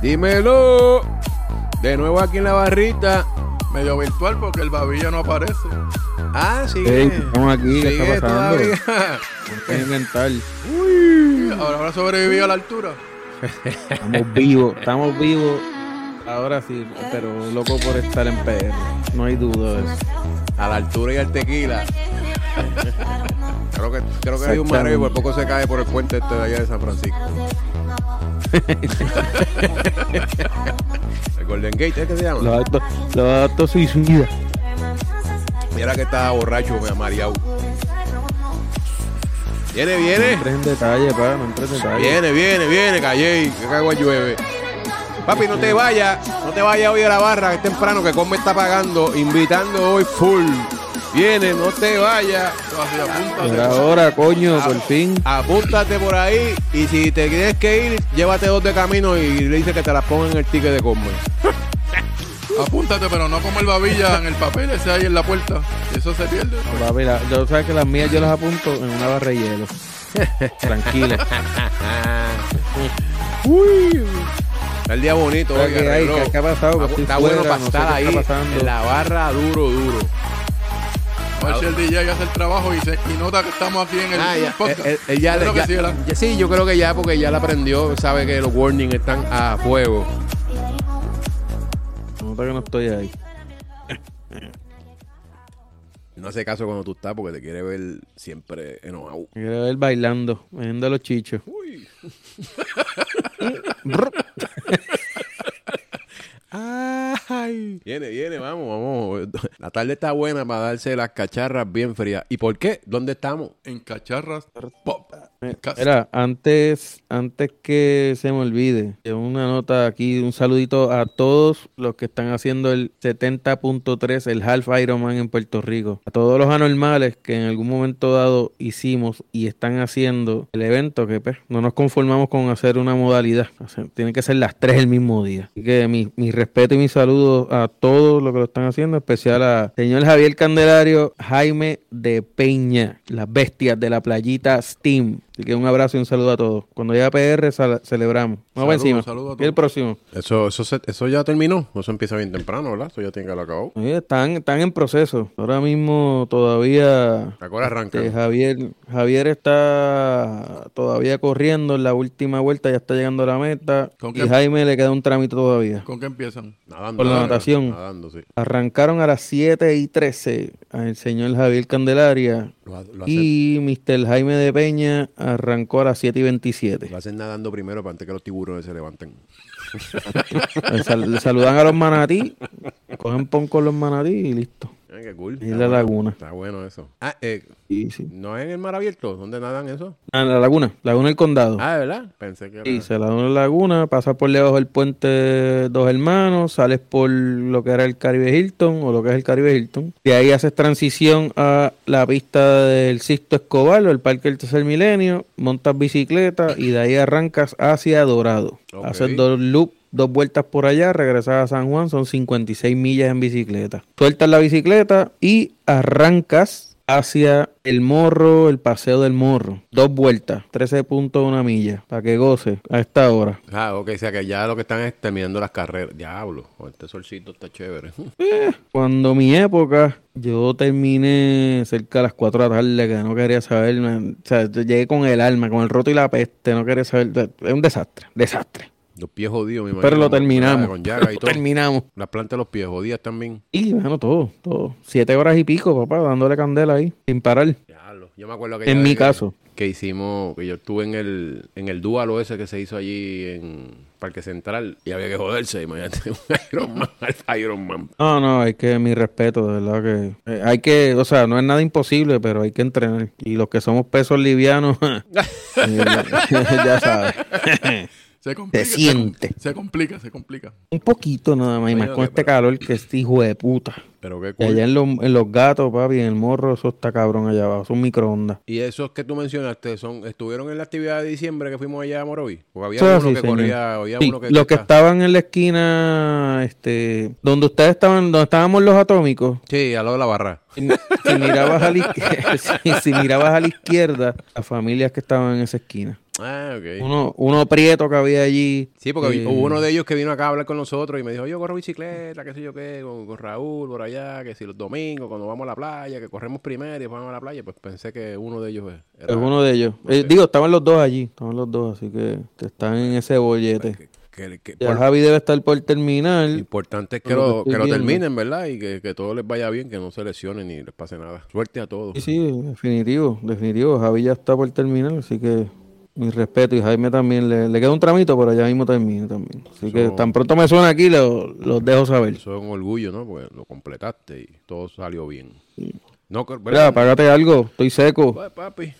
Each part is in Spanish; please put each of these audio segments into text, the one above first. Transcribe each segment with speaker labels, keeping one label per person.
Speaker 1: Dímelo. De nuevo aquí en la barrita.
Speaker 2: Medio virtual porque el babillo no aparece.
Speaker 1: Ah, sigue.
Speaker 3: Ey, estamos aquí, ¿qué
Speaker 1: sigue
Speaker 3: está pasando?
Speaker 1: todavía.
Speaker 3: Voy a inventar.
Speaker 2: Ahora habrá sobrevivido a la altura.
Speaker 3: Estamos vivos, estamos vivos. Ahora sí, pero loco por estar en PR. No hay duda de eso.
Speaker 1: A la altura y al tequila. Creo que, creo que hay un mareo y por poco se cae por el puente este de allá de San Francisco. el Golden Gate, ¿es que se llama?
Speaker 3: Los actos, los actos suicidas.
Speaker 1: Mira que está borracho, me amareado. Viene, viene.
Speaker 3: No entres en detalle, pa, no entres en detalle.
Speaker 1: Viene, viene, viene, calle. Que cagua llueve. Papi, no te vayas. No te vayas hoy a la barra, que es temprano, que Come está pagando. Invitando hoy full. Viene, no te vayas.
Speaker 2: Así,
Speaker 3: Pero
Speaker 2: apúntate.
Speaker 3: ahora,
Speaker 1: Ah.
Speaker 3: coño, por fin.
Speaker 1: Apúntate por ahí. Y si te tienes que ir, llévate dos de camino y le dices que te las pongan en el ticket de Come.
Speaker 2: Apúntate, pero no como el babilla en el papel ese ahí en la puerta. Eso se pierde.
Speaker 3: Papi, la- yo sabes que las mías yo las apunto en una barra de hielo. Tranquila.
Speaker 1: Está el día bonito
Speaker 3: Espera
Speaker 1: hoy,
Speaker 3: que hay,
Speaker 1: arregló.
Speaker 3: ¿qué- qué ha pasado? Que
Speaker 1: Está,
Speaker 3: estoy
Speaker 1: está bueno
Speaker 3: fuera,
Speaker 1: para
Speaker 3: no sé
Speaker 1: estar
Speaker 3: qué
Speaker 1: ahí
Speaker 3: está pasando.
Speaker 1: en la barra duro, duro.
Speaker 2: A ver si el DJ hace el trabajo y, se, y nota que estamos aquí en el
Speaker 1: Ah, ya,
Speaker 2: podcast.
Speaker 1: él- él ya
Speaker 2: Yo
Speaker 1: le-
Speaker 2: creo que
Speaker 1: ya-
Speaker 2: sí, ¿verdad?
Speaker 1: ya- sí, yo creo que ya, porque ya la aprendió, sabe que los warnings están a fuego.
Speaker 3: Nota que no estoy ahí.
Speaker 1: No hace caso cuando tú estás porque te quiere ver siempre enojado.
Speaker 3: Me Quiero ver bailando, viendo los chichos.
Speaker 1: Ay. Viene, viene, vamos, vamos. La tarde está buena para darse las cacharras bien frías. ¿Y por qué? ¿Dónde estamos?
Speaker 2: En cacharras. Pop. Cast.
Speaker 3: Mira, antes, antes que se me olvide, tengo una nota aquí, un saludito a todos los que están haciendo el 70.3, el Half Ironman en Puerto Rico. A todos los anormales que en algún momento dado hicimos y están haciendo el evento, que pues, no nos conformamos con hacer una modalidad. O sea, tienen que ser las tres el mismo día. Así que mi, mi respeto y mis saludos a todos los que lo están haciendo, en especial a señor Javier Candelario, Jaime de Peña, las bestias de la playita Steam. Así que un abrazo y un saludo a todos. Cuando llega PR, sal- celebramos. Vamos
Speaker 2: Saludos,
Speaker 3: para encima.
Speaker 2: saludos a
Speaker 3: y el
Speaker 2: todos.
Speaker 3: próximo.
Speaker 1: Eso, eso, se- eso ya terminó. Eso empieza bien temprano, ¿verdad? Eso ya tiene que haber acabado.
Speaker 3: Oye, están, están en proceso. Ahora mismo todavía
Speaker 1: Ahora arranca.
Speaker 3: este, Javier, Javier está todavía corriendo en la última vuelta, ya está llegando a la meta.
Speaker 2: ¿Con
Speaker 3: Y
Speaker 2: qué?
Speaker 3: Jaime le queda un trámite todavía.
Speaker 2: ¿Con qué empiezan?
Speaker 1: Nadando.
Speaker 3: por la
Speaker 1: nadando,
Speaker 3: natación.
Speaker 1: Nadando, sí.
Speaker 3: Arrancaron a las 7 y 13 al señor Javier Candelaria.
Speaker 1: Lo, ha- lo hacen,
Speaker 3: Y Mr. Jaime de Peña arrancó a las 7 y 27.
Speaker 1: lo hacen nadando primero para antes que los tiburones se levanten.
Speaker 3: Le Eh, sal- le saludan a los manatí, cogen pon con los manatí y listo.
Speaker 1: Ay, qué cool.
Speaker 3: Y la laguna.
Speaker 1: Está bueno eso. Ah, eh,
Speaker 3: Y sí.
Speaker 1: ¿no es en el mar abierto? ¿Dónde nadan eso?
Speaker 3: Ah, la laguna, laguna del condado.
Speaker 1: Ah, ¿de verdad? Pensé que era...
Speaker 3: Y se la da una laguna, pasas por debajo del puente Dos Hermanos, sales por lo que era el Caribe Hilton o lo que es el Caribe Hilton. De ahí haces transición a la pista del Sisto Escobar o el Parque del Tercer Milenio, montas bicicleta y de ahí arrancas hacia Dorado.
Speaker 1: Ok.
Speaker 3: Haces dos loops. Dos vueltas por allá, regresas a San Juan, son 56 millas en bicicleta. Sueltas la bicicleta y arrancas hacia el morro, el paseo del morro. Dos vueltas, 13.1 millas, para que goce a esta hora.
Speaker 1: Ah, ok, o sea que ya lo que están es terminando las carreras. Diablo, oh, este solcito está chévere.
Speaker 3: Cuando mi época, yo terminé cerca de las 4 de la tarde, que no quería saber, man. o sea, yo llegué con el alma, con el roto y la peste, no quería saber, es un desastre, desastre.
Speaker 1: Los pies jodidos, mi
Speaker 3: Pero lo terminamos,
Speaker 1: Con llaga y
Speaker 3: Lo
Speaker 1: todo.
Speaker 3: terminamos.
Speaker 1: Las plantas de los pies jodidas también.
Speaker 3: Y bueno, todo, todo. Siete horas y pico, papá, dándole candela ahí, sin parar.
Speaker 1: Diablo, yo me acuerdo que
Speaker 3: En mi caso.
Speaker 1: Que hicimos, que yo estuve en el, en el Dualo ese que se hizo allí en Parque Central y había que joderse, imagínate, un Iron Man, al Iron Man.
Speaker 3: No, no, hay que mi respeto, de verdad que eh, hay que, o sea, no es nada imposible, pero hay que entrenar. Y los que somos pesos livianos, eh, ya sabes.
Speaker 2: Se complica.
Speaker 3: Se
Speaker 2: se
Speaker 3: siente.
Speaker 2: com- Se complica, se complica.
Speaker 3: Un poquito nada más, y más
Speaker 1: Coño,
Speaker 3: con
Speaker 1: que
Speaker 3: este calor que este hijo de puta.
Speaker 1: Pero qué
Speaker 3: Y
Speaker 1: cool.
Speaker 3: allá en los, en los gatos, papi, en el morro, eso está cabrón allá abajo, son microondas.
Speaker 1: Y esos que tú mencionaste, son estuvieron en la actividad de diciembre que fuimos allá a Morovi. Porque había
Speaker 3: Eso es
Speaker 1: uno
Speaker 3: así,
Speaker 1: que
Speaker 3: señor.
Speaker 1: corría, había
Speaker 3: Sí,
Speaker 1: uno que
Speaker 3: los que
Speaker 1: está-
Speaker 3: estaban en la esquina, este, donde ustedes estaban, donde estábamos los atómicos,
Speaker 1: Sí, al lado de la barra.
Speaker 3: Si, mi- si mirabas a la izquierda, si, si mirabas a la izquierda, las familias que estaban en esa esquina.
Speaker 1: Ah, ok.
Speaker 3: Uno, uno prieto que había allí.
Speaker 1: Sí, porque
Speaker 3: Eh,
Speaker 1: vi- hubo uno de ellos que vino acá a hablar con nosotros y me dijo, yo corro bicicleta, qué sé yo qué, con, con Raúl por allá, que si los domingos, cuando vamos a la playa, que corremos primero y después vamos a la playa, pues pensé que uno de ellos era...
Speaker 3: Es uno de ellos. Eh, digo, estaban los dos allí. Estaban los dos, así que están en ese bollete.
Speaker 1: que- que- Pues que-
Speaker 3: Eh, Ya
Speaker 1: por-
Speaker 3: Javi debe estar por terminar.
Speaker 1: lo importante es que
Speaker 3: por lo que
Speaker 1: lo, que
Speaker 3: estoy
Speaker 1: lo
Speaker 3: viendo.
Speaker 1: terminen, ¿verdad? Y que, que todo les vaya bien, que no se lesionen ni les pase nada. Suerte a todos.
Speaker 3: Sí, sí, definitivo, definitivo. Javi ya está por terminar, así que mi respeto. Y Jaime también le, le queda un tramito, pero allá mismo termina también. Así que
Speaker 1: Eso-
Speaker 3: tan pronto me suena aquí, lo- los dejo saber.
Speaker 1: Eso es un orgullo, ¿no? Porque lo completaste y todo salió bien. No, cor-
Speaker 3: Mira, apágate algo, estoy seco.
Speaker 1: Pa- papi,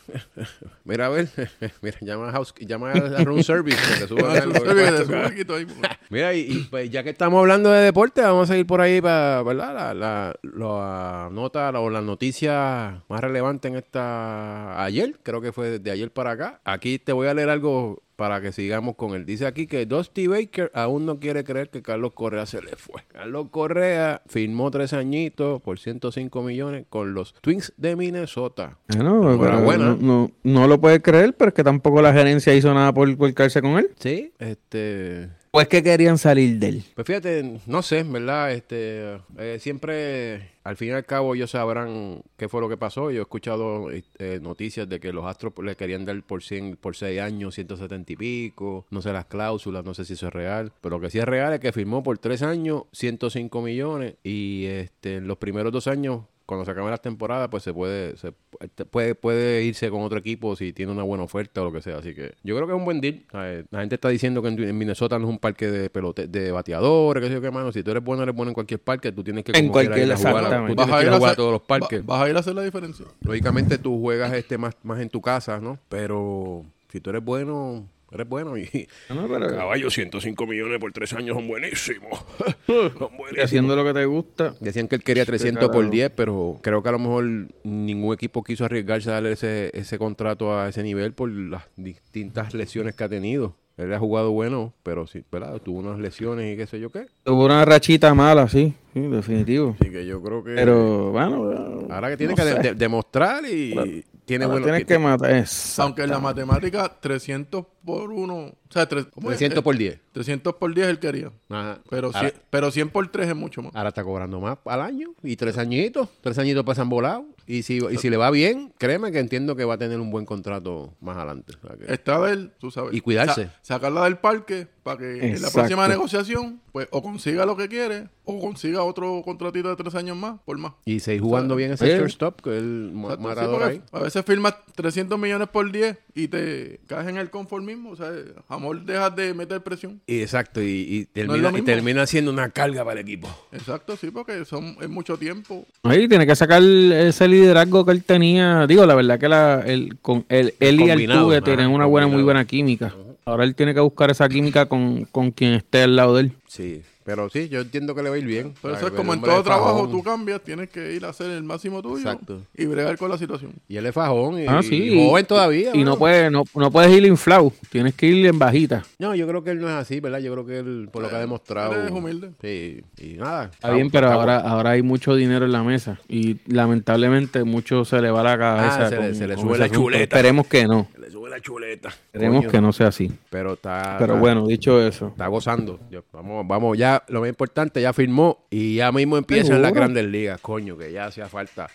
Speaker 1: mira a ver, mira, llama a, house, llama a room service que te suba
Speaker 2: Ah, eso
Speaker 1: algo.
Speaker 2: se ve, eso me quito ahí, porque-
Speaker 1: Mira, y, y, pues, ya que estamos hablando de deporte, vamos a ir por ahí para, ¿verdad? La, la, la nota la- o las noticias más relevantes en esta ayer, creo que fue de ayer para acá. Aquí te voy a leer algo para que sigamos con él. Dice aquí que Dusty Baker aún no quiere creer que Carlos Correa se le fue. Carlos Correa firmó tres añitos por 105 millones con los Twins de Minnesota.
Speaker 3: Bueno, pero
Speaker 1: Enhorabuena.
Speaker 3: no, no, no lo puedes creer, pero es que tampoco la gerencia hizo nada por volcarse con él.
Speaker 1: Sí. Este,
Speaker 3: O es que querían salir de él.
Speaker 1: Pues fíjate, no sé, en ¿verdad? Este, eh, siempre, al fin y al cabo, ellos sabrán qué fue lo que pasó. Yo he escuchado eh, eh, noticias de que los Astros le querían dar por 100, por 6 años, 170 y pico. No sé las cláusulas, no sé si eso es real. Pero lo que sí es real es que firmó por 3 años, 105 millones. Y este, en los primeros dos años cuando se acabe la temporada, pues se puede, se este, puede, puede irse con otro equipo si tiene una buena oferta o lo que sea. Así que yo creo que es un buen deal. ¿sabes? La gente está diciendo que en en Minnesota no es un parque de pelote, de bateadores, qué sé yo qué mano. Si tú eres bueno, eres bueno en cualquier parque, tú tienes que
Speaker 3: En
Speaker 1: como quiera
Speaker 3: cualquier-
Speaker 1: ir a jugar, a- tú
Speaker 3: exactamente.
Speaker 1: tienes que ir a jugar a todos los
Speaker 2: va-
Speaker 1: parques.
Speaker 2: vas a ir a hacer la diferencia.
Speaker 1: Lógicamente tú juegas este más, más en tu casa, ¿no? Pero si tú eres bueno, eres bueno y
Speaker 3: No, pero
Speaker 1: caballo, 105 millones por tres años son buenísimos. son buenísimos.
Speaker 3: haciendo lo que te gusta.
Speaker 1: Decían que él quería 300 por
Speaker 3: carajo.
Speaker 1: 10, pero creo que a lo mejor ningún equipo quiso arriesgarse a darle ese, ese contrato a ese nivel por las distintas lesiones que ha tenido. Él ha jugado bueno, pero sí, ¿verdad? Tuvo unas lesiones y qué sé yo qué.
Speaker 3: Tuvo una rachita mala, sí, sí, definitivo.
Speaker 1: Así que yo creo que
Speaker 3: Pero bueno,
Speaker 1: ahora que tiene
Speaker 3: no
Speaker 1: que de-
Speaker 3: sé.
Speaker 1: de- demostrar y tiene
Speaker 3: Ahora
Speaker 1: bueno
Speaker 3: tienes que matar. Exacto.
Speaker 2: Aunque en la matemática 300 por 1, o sea, tres- ¿cómo es?
Speaker 1: 300 por Ah. 10.
Speaker 2: 300 por 10 él quería.
Speaker 1: Ajá.
Speaker 2: Pero,
Speaker 1: ahora,
Speaker 2: 100, pero 100 por 3 es mucho más.
Speaker 1: ahora está cobrando más al año y tres añitos. Tres añitos pasan volados. Y si, y si le va bien, créeme que entiendo que va a tener un buen contrato más adelante. O sea que-
Speaker 2: Está de él, tú sabes.
Speaker 1: Y cuidarse.
Speaker 2: Sa- sacarla del parque para que en la
Speaker 3: Exacto.
Speaker 2: próxima negociación, pues, o consiga lo que quiere, o consiga otro contratito de 3 años más, por más.
Speaker 1: Y seguir jugando bien ese
Speaker 3: Sí.
Speaker 1: shortstop, que es el ma-
Speaker 2: Exacto, sí,
Speaker 1: marador
Speaker 2: porque
Speaker 1: ahí.
Speaker 2: A veces firmas 300 millones por 10 y te caes en el conformismo. O sea, amor, dejas de meter presión.
Speaker 1: Y Exacto, y, y
Speaker 2: No es lo
Speaker 1: termina, y
Speaker 2: mismo.
Speaker 1: termina siendo una carga para el equipo.
Speaker 2: Exacto, sí, porque son, es mucho tiempo.
Speaker 3: Ahí tiene que sacar ese liderazgo que él tenía. Digo, la verdad que la, el, con el, él y
Speaker 1: combinado,
Speaker 3: Altuve
Speaker 1: ajá,
Speaker 3: tienen una buena, muy
Speaker 1: combinado.
Speaker 3: buena química. Ahora él tiene que buscar esa química con, con quien esté al lado de él.
Speaker 1: Sí, pero sí, yo entiendo que le va a ir bien.
Speaker 2: Pero
Speaker 1: Ay,
Speaker 2: eso es
Speaker 1: el
Speaker 2: como en
Speaker 1: hombre
Speaker 2: todo
Speaker 1: es fajón.
Speaker 2: trabajo, tú cambias, tienes que ir a hacer el máximo tuyo
Speaker 1: Exacto.
Speaker 2: y bregar con la situación.
Speaker 1: Y él es fajón, y,
Speaker 3: Ah, sí.
Speaker 1: y joven todavía.
Speaker 3: Y no
Speaker 1: mano.
Speaker 3: puedes, no, no puedes ir inflado. Tienes que ir en bajita.
Speaker 1: No, yo creo que él no es así, ¿verdad? Yo creo que él, por lo que ha demostrado...
Speaker 2: él es humilde.
Speaker 1: Sí, y nada.
Speaker 3: Está bien, pero ahora, ahora hay mucho dinero en la mesa. Y lamentablemente mucho se le va la cabeza.
Speaker 1: Ah, se le- se le
Speaker 3: con
Speaker 1: sube
Speaker 3: ese
Speaker 1: la
Speaker 3: asunto.
Speaker 1: chuleta.
Speaker 3: Esperemos que no.
Speaker 1: Le sube la chuleta.
Speaker 3: Esperemos
Speaker 1: Coño, Ah,
Speaker 3: que no sea así.
Speaker 1: Pero está...
Speaker 3: Pero
Speaker 1: está-
Speaker 3: bueno, dicho eso.
Speaker 1: Está gozando. Yo- vamos, vamos, ya lo más importante, ya firmó y ya mismo empiezan
Speaker 3: Seguro.
Speaker 1: las grandes ligas, coño, que ya hacía falta.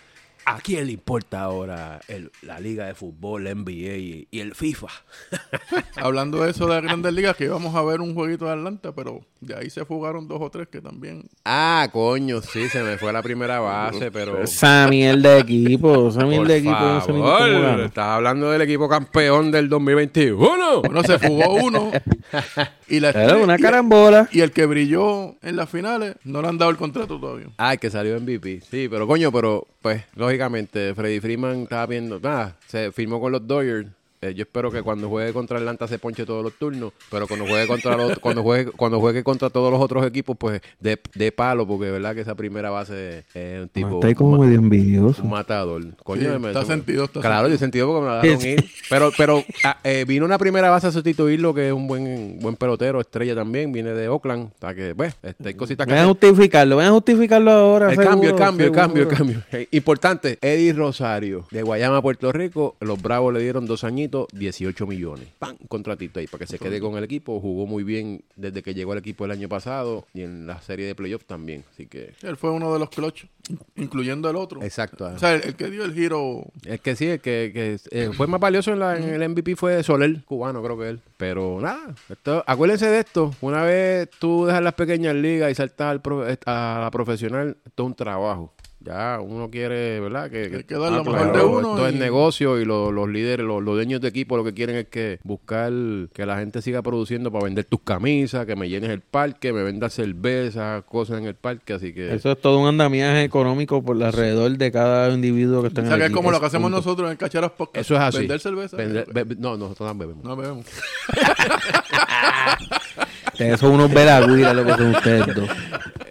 Speaker 1: ¿A quién le importa ahora el- la liga de fútbol, la NBA y, y el FIFA?
Speaker 2: Hablando de eso de las grandes ligas, que íbamos a ver un jueguito de Atlanta, pero de ahí se fugaron dos o tres que también.
Speaker 1: Ah, coño, sí, se me fue la primera base, pero...
Speaker 3: Esa mierda de equipo, esa
Speaker 1: Por
Speaker 3: mierda de equipo, yo no sé ni cómo
Speaker 1: favor,
Speaker 3: ganó.
Speaker 1: estás hablando del equipo campeón del 2021.
Speaker 2: Bueno, se fugó uno. Y, la
Speaker 3: Era Eh, una
Speaker 2: y-
Speaker 3: carambola.
Speaker 2: y el que brilló en las finales no le han dado el contrato todavía.
Speaker 1: Ah, el que salió MVP. Sí, pero coño, pero pues lógicamente Freddy Freeman estaba viendo, nada, se firmó con los Dodgers. Eh, yo espero que cuando juegue contra Atlanta se ponche todos los turnos, pero cuando juegue contra los, cuando juegue cuando juegue contra todos los otros equipos pues de, de palo, porque verdad que esa primera base es un tipo
Speaker 3: Está ahí como
Speaker 1: ma-
Speaker 3: medio envidioso.
Speaker 1: un matador. Coño,
Speaker 2: Sí,
Speaker 1: me-
Speaker 2: está
Speaker 1: me-
Speaker 2: sentido, está
Speaker 1: Claro, yo sentido porque me la dejaron
Speaker 3: Sí,
Speaker 1: ir. Pero, pero ah, eh, vino una primera base a sustituirlo, que es un buen buen pelotero, estrella también, viene de Oakland. O sea que, pues, este, hay cositas que
Speaker 3: Ven a justificarlo, ven a justificarlo ahora.
Speaker 1: el
Speaker 3: seguro,
Speaker 1: cambio, el cambio, el
Speaker 3: seguro.
Speaker 1: cambio, el cambio. Eh, Importante, Eddie Rosario, de Guayama, Puerto Rico. Los Bravos le dieron dos añitos, contratito, 18 millones. ¡Pam! Un contratito ahí para que se quede con el equipo. Jugó muy bien desde que llegó al equipo el año pasado y en la serie de playoffs también. Así que.
Speaker 2: Él fue uno de los clutch, incluyendo el otro.
Speaker 1: Exacto.
Speaker 2: O sea, el, el que dio el giro.
Speaker 1: Es que sí, es que, que, eh, fue más valioso en, la- en el MVP fue Soler, cubano creo que él. Pero nada, esto- acuérdense de esto. Una vez tú dejas las pequeñas ligas y saltas al profe- a la profesional, esto es un trabajo. Ya uno quiere, ¿verdad? Que, Ah,
Speaker 2: Hay que dar lo mejor
Speaker 1: claro,
Speaker 2: de uno
Speaker 1: Esto es
Speaker 2: y-
Speaker 1: negocio y lo- los líderes, los, los dueños de equipo lo que quieren es que buscar que la gente siga produciendo para vender tus camisas, que me llenes el parque, me vendas cerveza, cosas en el parque. Así que...
Speaker 3: Eso es todo un andamiaje económico por alrededor de cada individuo que está
Speaker 2: O
Speaker 3: en
Speaker 2: sea,
Speaker 3: el
Speaker 2: que es
Speaker 3: equipo.
Speaker 2: como lo que hacemos
Speaker 3: Punto.
Speaker 2: nosotros en Cacharas Podcast.
Speaker 1: Eso es así.
Speaker 2: Vender cerveza. Pues,
Speaker 1: Vender- be- no, nosotros no bebemos.
Speaker 2: No bebemos.
Speaker 3: Ustedes son unos veragüiras lo que son ustedes dos.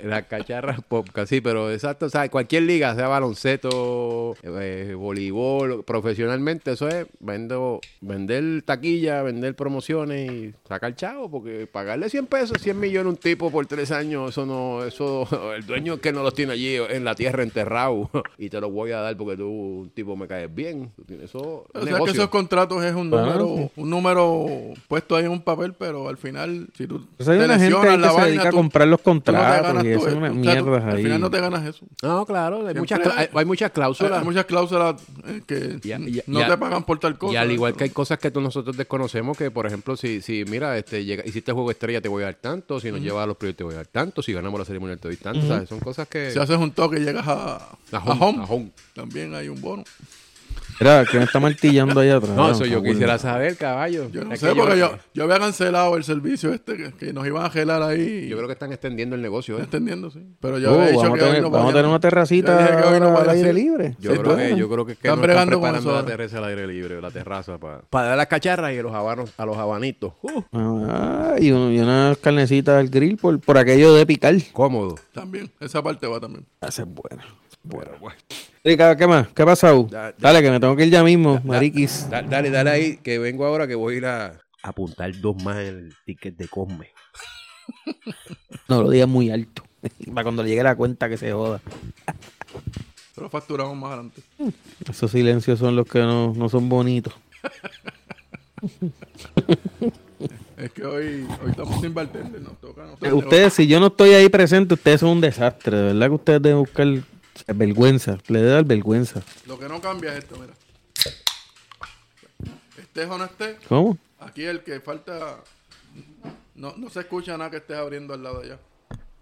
Speaker 1: Las cacharras podcast, sí, pero exacto, o sea, cualquier liga, sea baloncesto, eh, voleibol, profesionalmente, eso es vendo, vender taquilla, vender promociones y sacar chavo, porque pagarle 100 pesos, 100 millones a un tipo por tres años, eso no, eso, el dueño es que no los tiene allí en la tierra enterrado y te los voy a dar porque tú, un tipo, me caes bien, Tú tienes- eso es
Speaker 2: O sea, que
Speaker 1: negocio.
Speaker 2: esos contratos es un
Speaker 3: Claro,
Speaker 2: número, un número puesto ahí en un papel, pero al final, si tú
Speaker 3: Entonces hay una gente ahí que se dedica a
Speaker 2: tú-
Speaker 3: comprar los
Speaker 2: tú no te
Speaker 3: contratos
Speaker 2: ganas
Speaker 3: y
Speaker 2: tú
Speaker 3: eso es
Speaker 2: eso.
Speaker 3: una
Speaker 2: O sea, tú-
Speaker 3: mierda
Speaker 2: Al
Speaker 3: ahí.
Speaker 2: final no te ganas eso.
Speaker 1: No, claro, hay muchas,
Speaker 2: Siempre
Speaker 1: cla- hay, hay muchas
Speaker 2: Hay,
Speaker 1: cláusulas.
Speaker 2: hay muchas cláusulas eh, que
Speaker 1: Y a- y a-
Speaker 2: no
Speaker 1: y a-
Speaker 2: te pagan por tal cosa.
Speaker 1: Y al igual
Speaker 2: ¿no?
Speaker 1: que hay cosas que tú- nosotros desconocemos, que por ejemplo, si, si mira, este, llega, hiciste juego estrella, te voy a dar tanto, si nos llevas a los proyectos, te voy a dar tanto, si ganamos la ceremonia, te doy tanto, ¿sabes? Son cosas que...
Speaker 2: Si haces un toque y llegas a,
Speaker 1: A
Speaker 2: a
Speaker 1: home,
Speaker 2: home,
Speaker 1: a home.
Speaker 2: también hay un bono.
Speaker 3: Mira, que me está martillando allá atrás.
Speaker 1: No, eso
Speaker 3: está
Speaker 1: yo
Speaker 3: cool.
Speaker 1: quisiera saber, caballo.
Speaker 2: Yo no
Speaker 1: Es
Speaker 2: sé,
Speaker 1: que
Speaker 2: porque yo, yo había cancelado el servicio este que, que nos iban a gelar ahí.
Speaker 1: Yo creo que están extendiendo el negocio, ¿eh?
Speaker 2: Entendiendo, sí. Pero yo
Speaker 3: Oh,
Speaker 2: había dicho
Speaker 3: vamos,
Speaker 2: que
Speaker 3: a
Speaker 2: hoy
Speaker 3: tener,
Speaker 2: no
Speaker 3: vamos a
Speaker 2: podía.
Speaker 3: tener una
Speaker 2: Yo
Speaker 3: terracita
Speaker 2: dije que hoy no
Speaker 3: al
Speaker 2: podía
Speaker 3: aire
Speaker 2: hacer.
Speaker 3: libre.
Speaker 1: Yo,
Speaker 2: Sí, pues.
Speaker 1: creo
Speaker 2: bueno.
Speaker 1: que, yo creo que es que
Speaker 2: Están
Speaker 1: no están
Speaker 2: bregando con
Speaker 1: preparando
Speaker 2: eso
Speaker 1: la
Speaker 2: ahora.
Speaker 1: terraza al aire libre, la terraza para... Para dar las cacharras y a los habanos, a los habanitos. ¡Uh!
Speaker 3: Ah, y, un- y unas carnecitas al grill por, por aquello de picar.
Speaker 1: Cómodo.
Speaker 2: También, esa parte va también.
Speaker 3: Esa es buena. Rica, ¿qué más? ¿Qué ha pasado?
Speaker 1: Ya, ya.
Speaker 3: Dale, que me tengo que ir ya mismo, mariquis.
Speaker 1: Da- dale, dale ahí, que vengo ahora que voy a ir a... Apuntar dos más en el ticket de Cosme.
Speaker 3: No lo digas muy alto. Para cuando le llegue la cuenta que se joda.
Speaker 2: Pero facturamos más adelante.
Speaker 3: Esos silencios son los que no, no son bonitos.
Speaker 2: Es que hoy, hoy estamos sin bartender, nos toca. nos toca-
Speaker 3: Ustedes, si yo no estoy ahí presente, ustedes son un desastre. De verdad que ustedes deben buscar vergüenza. Le debe dar vergüenza.
Speaker 2: Lo que no cambia es esto, mira. Estés o no estés,
Speaker 3: ¿Cómo?
Speaker 2: aquí el que falta. No, no se escucha nada que estés abriendo al lado de allá.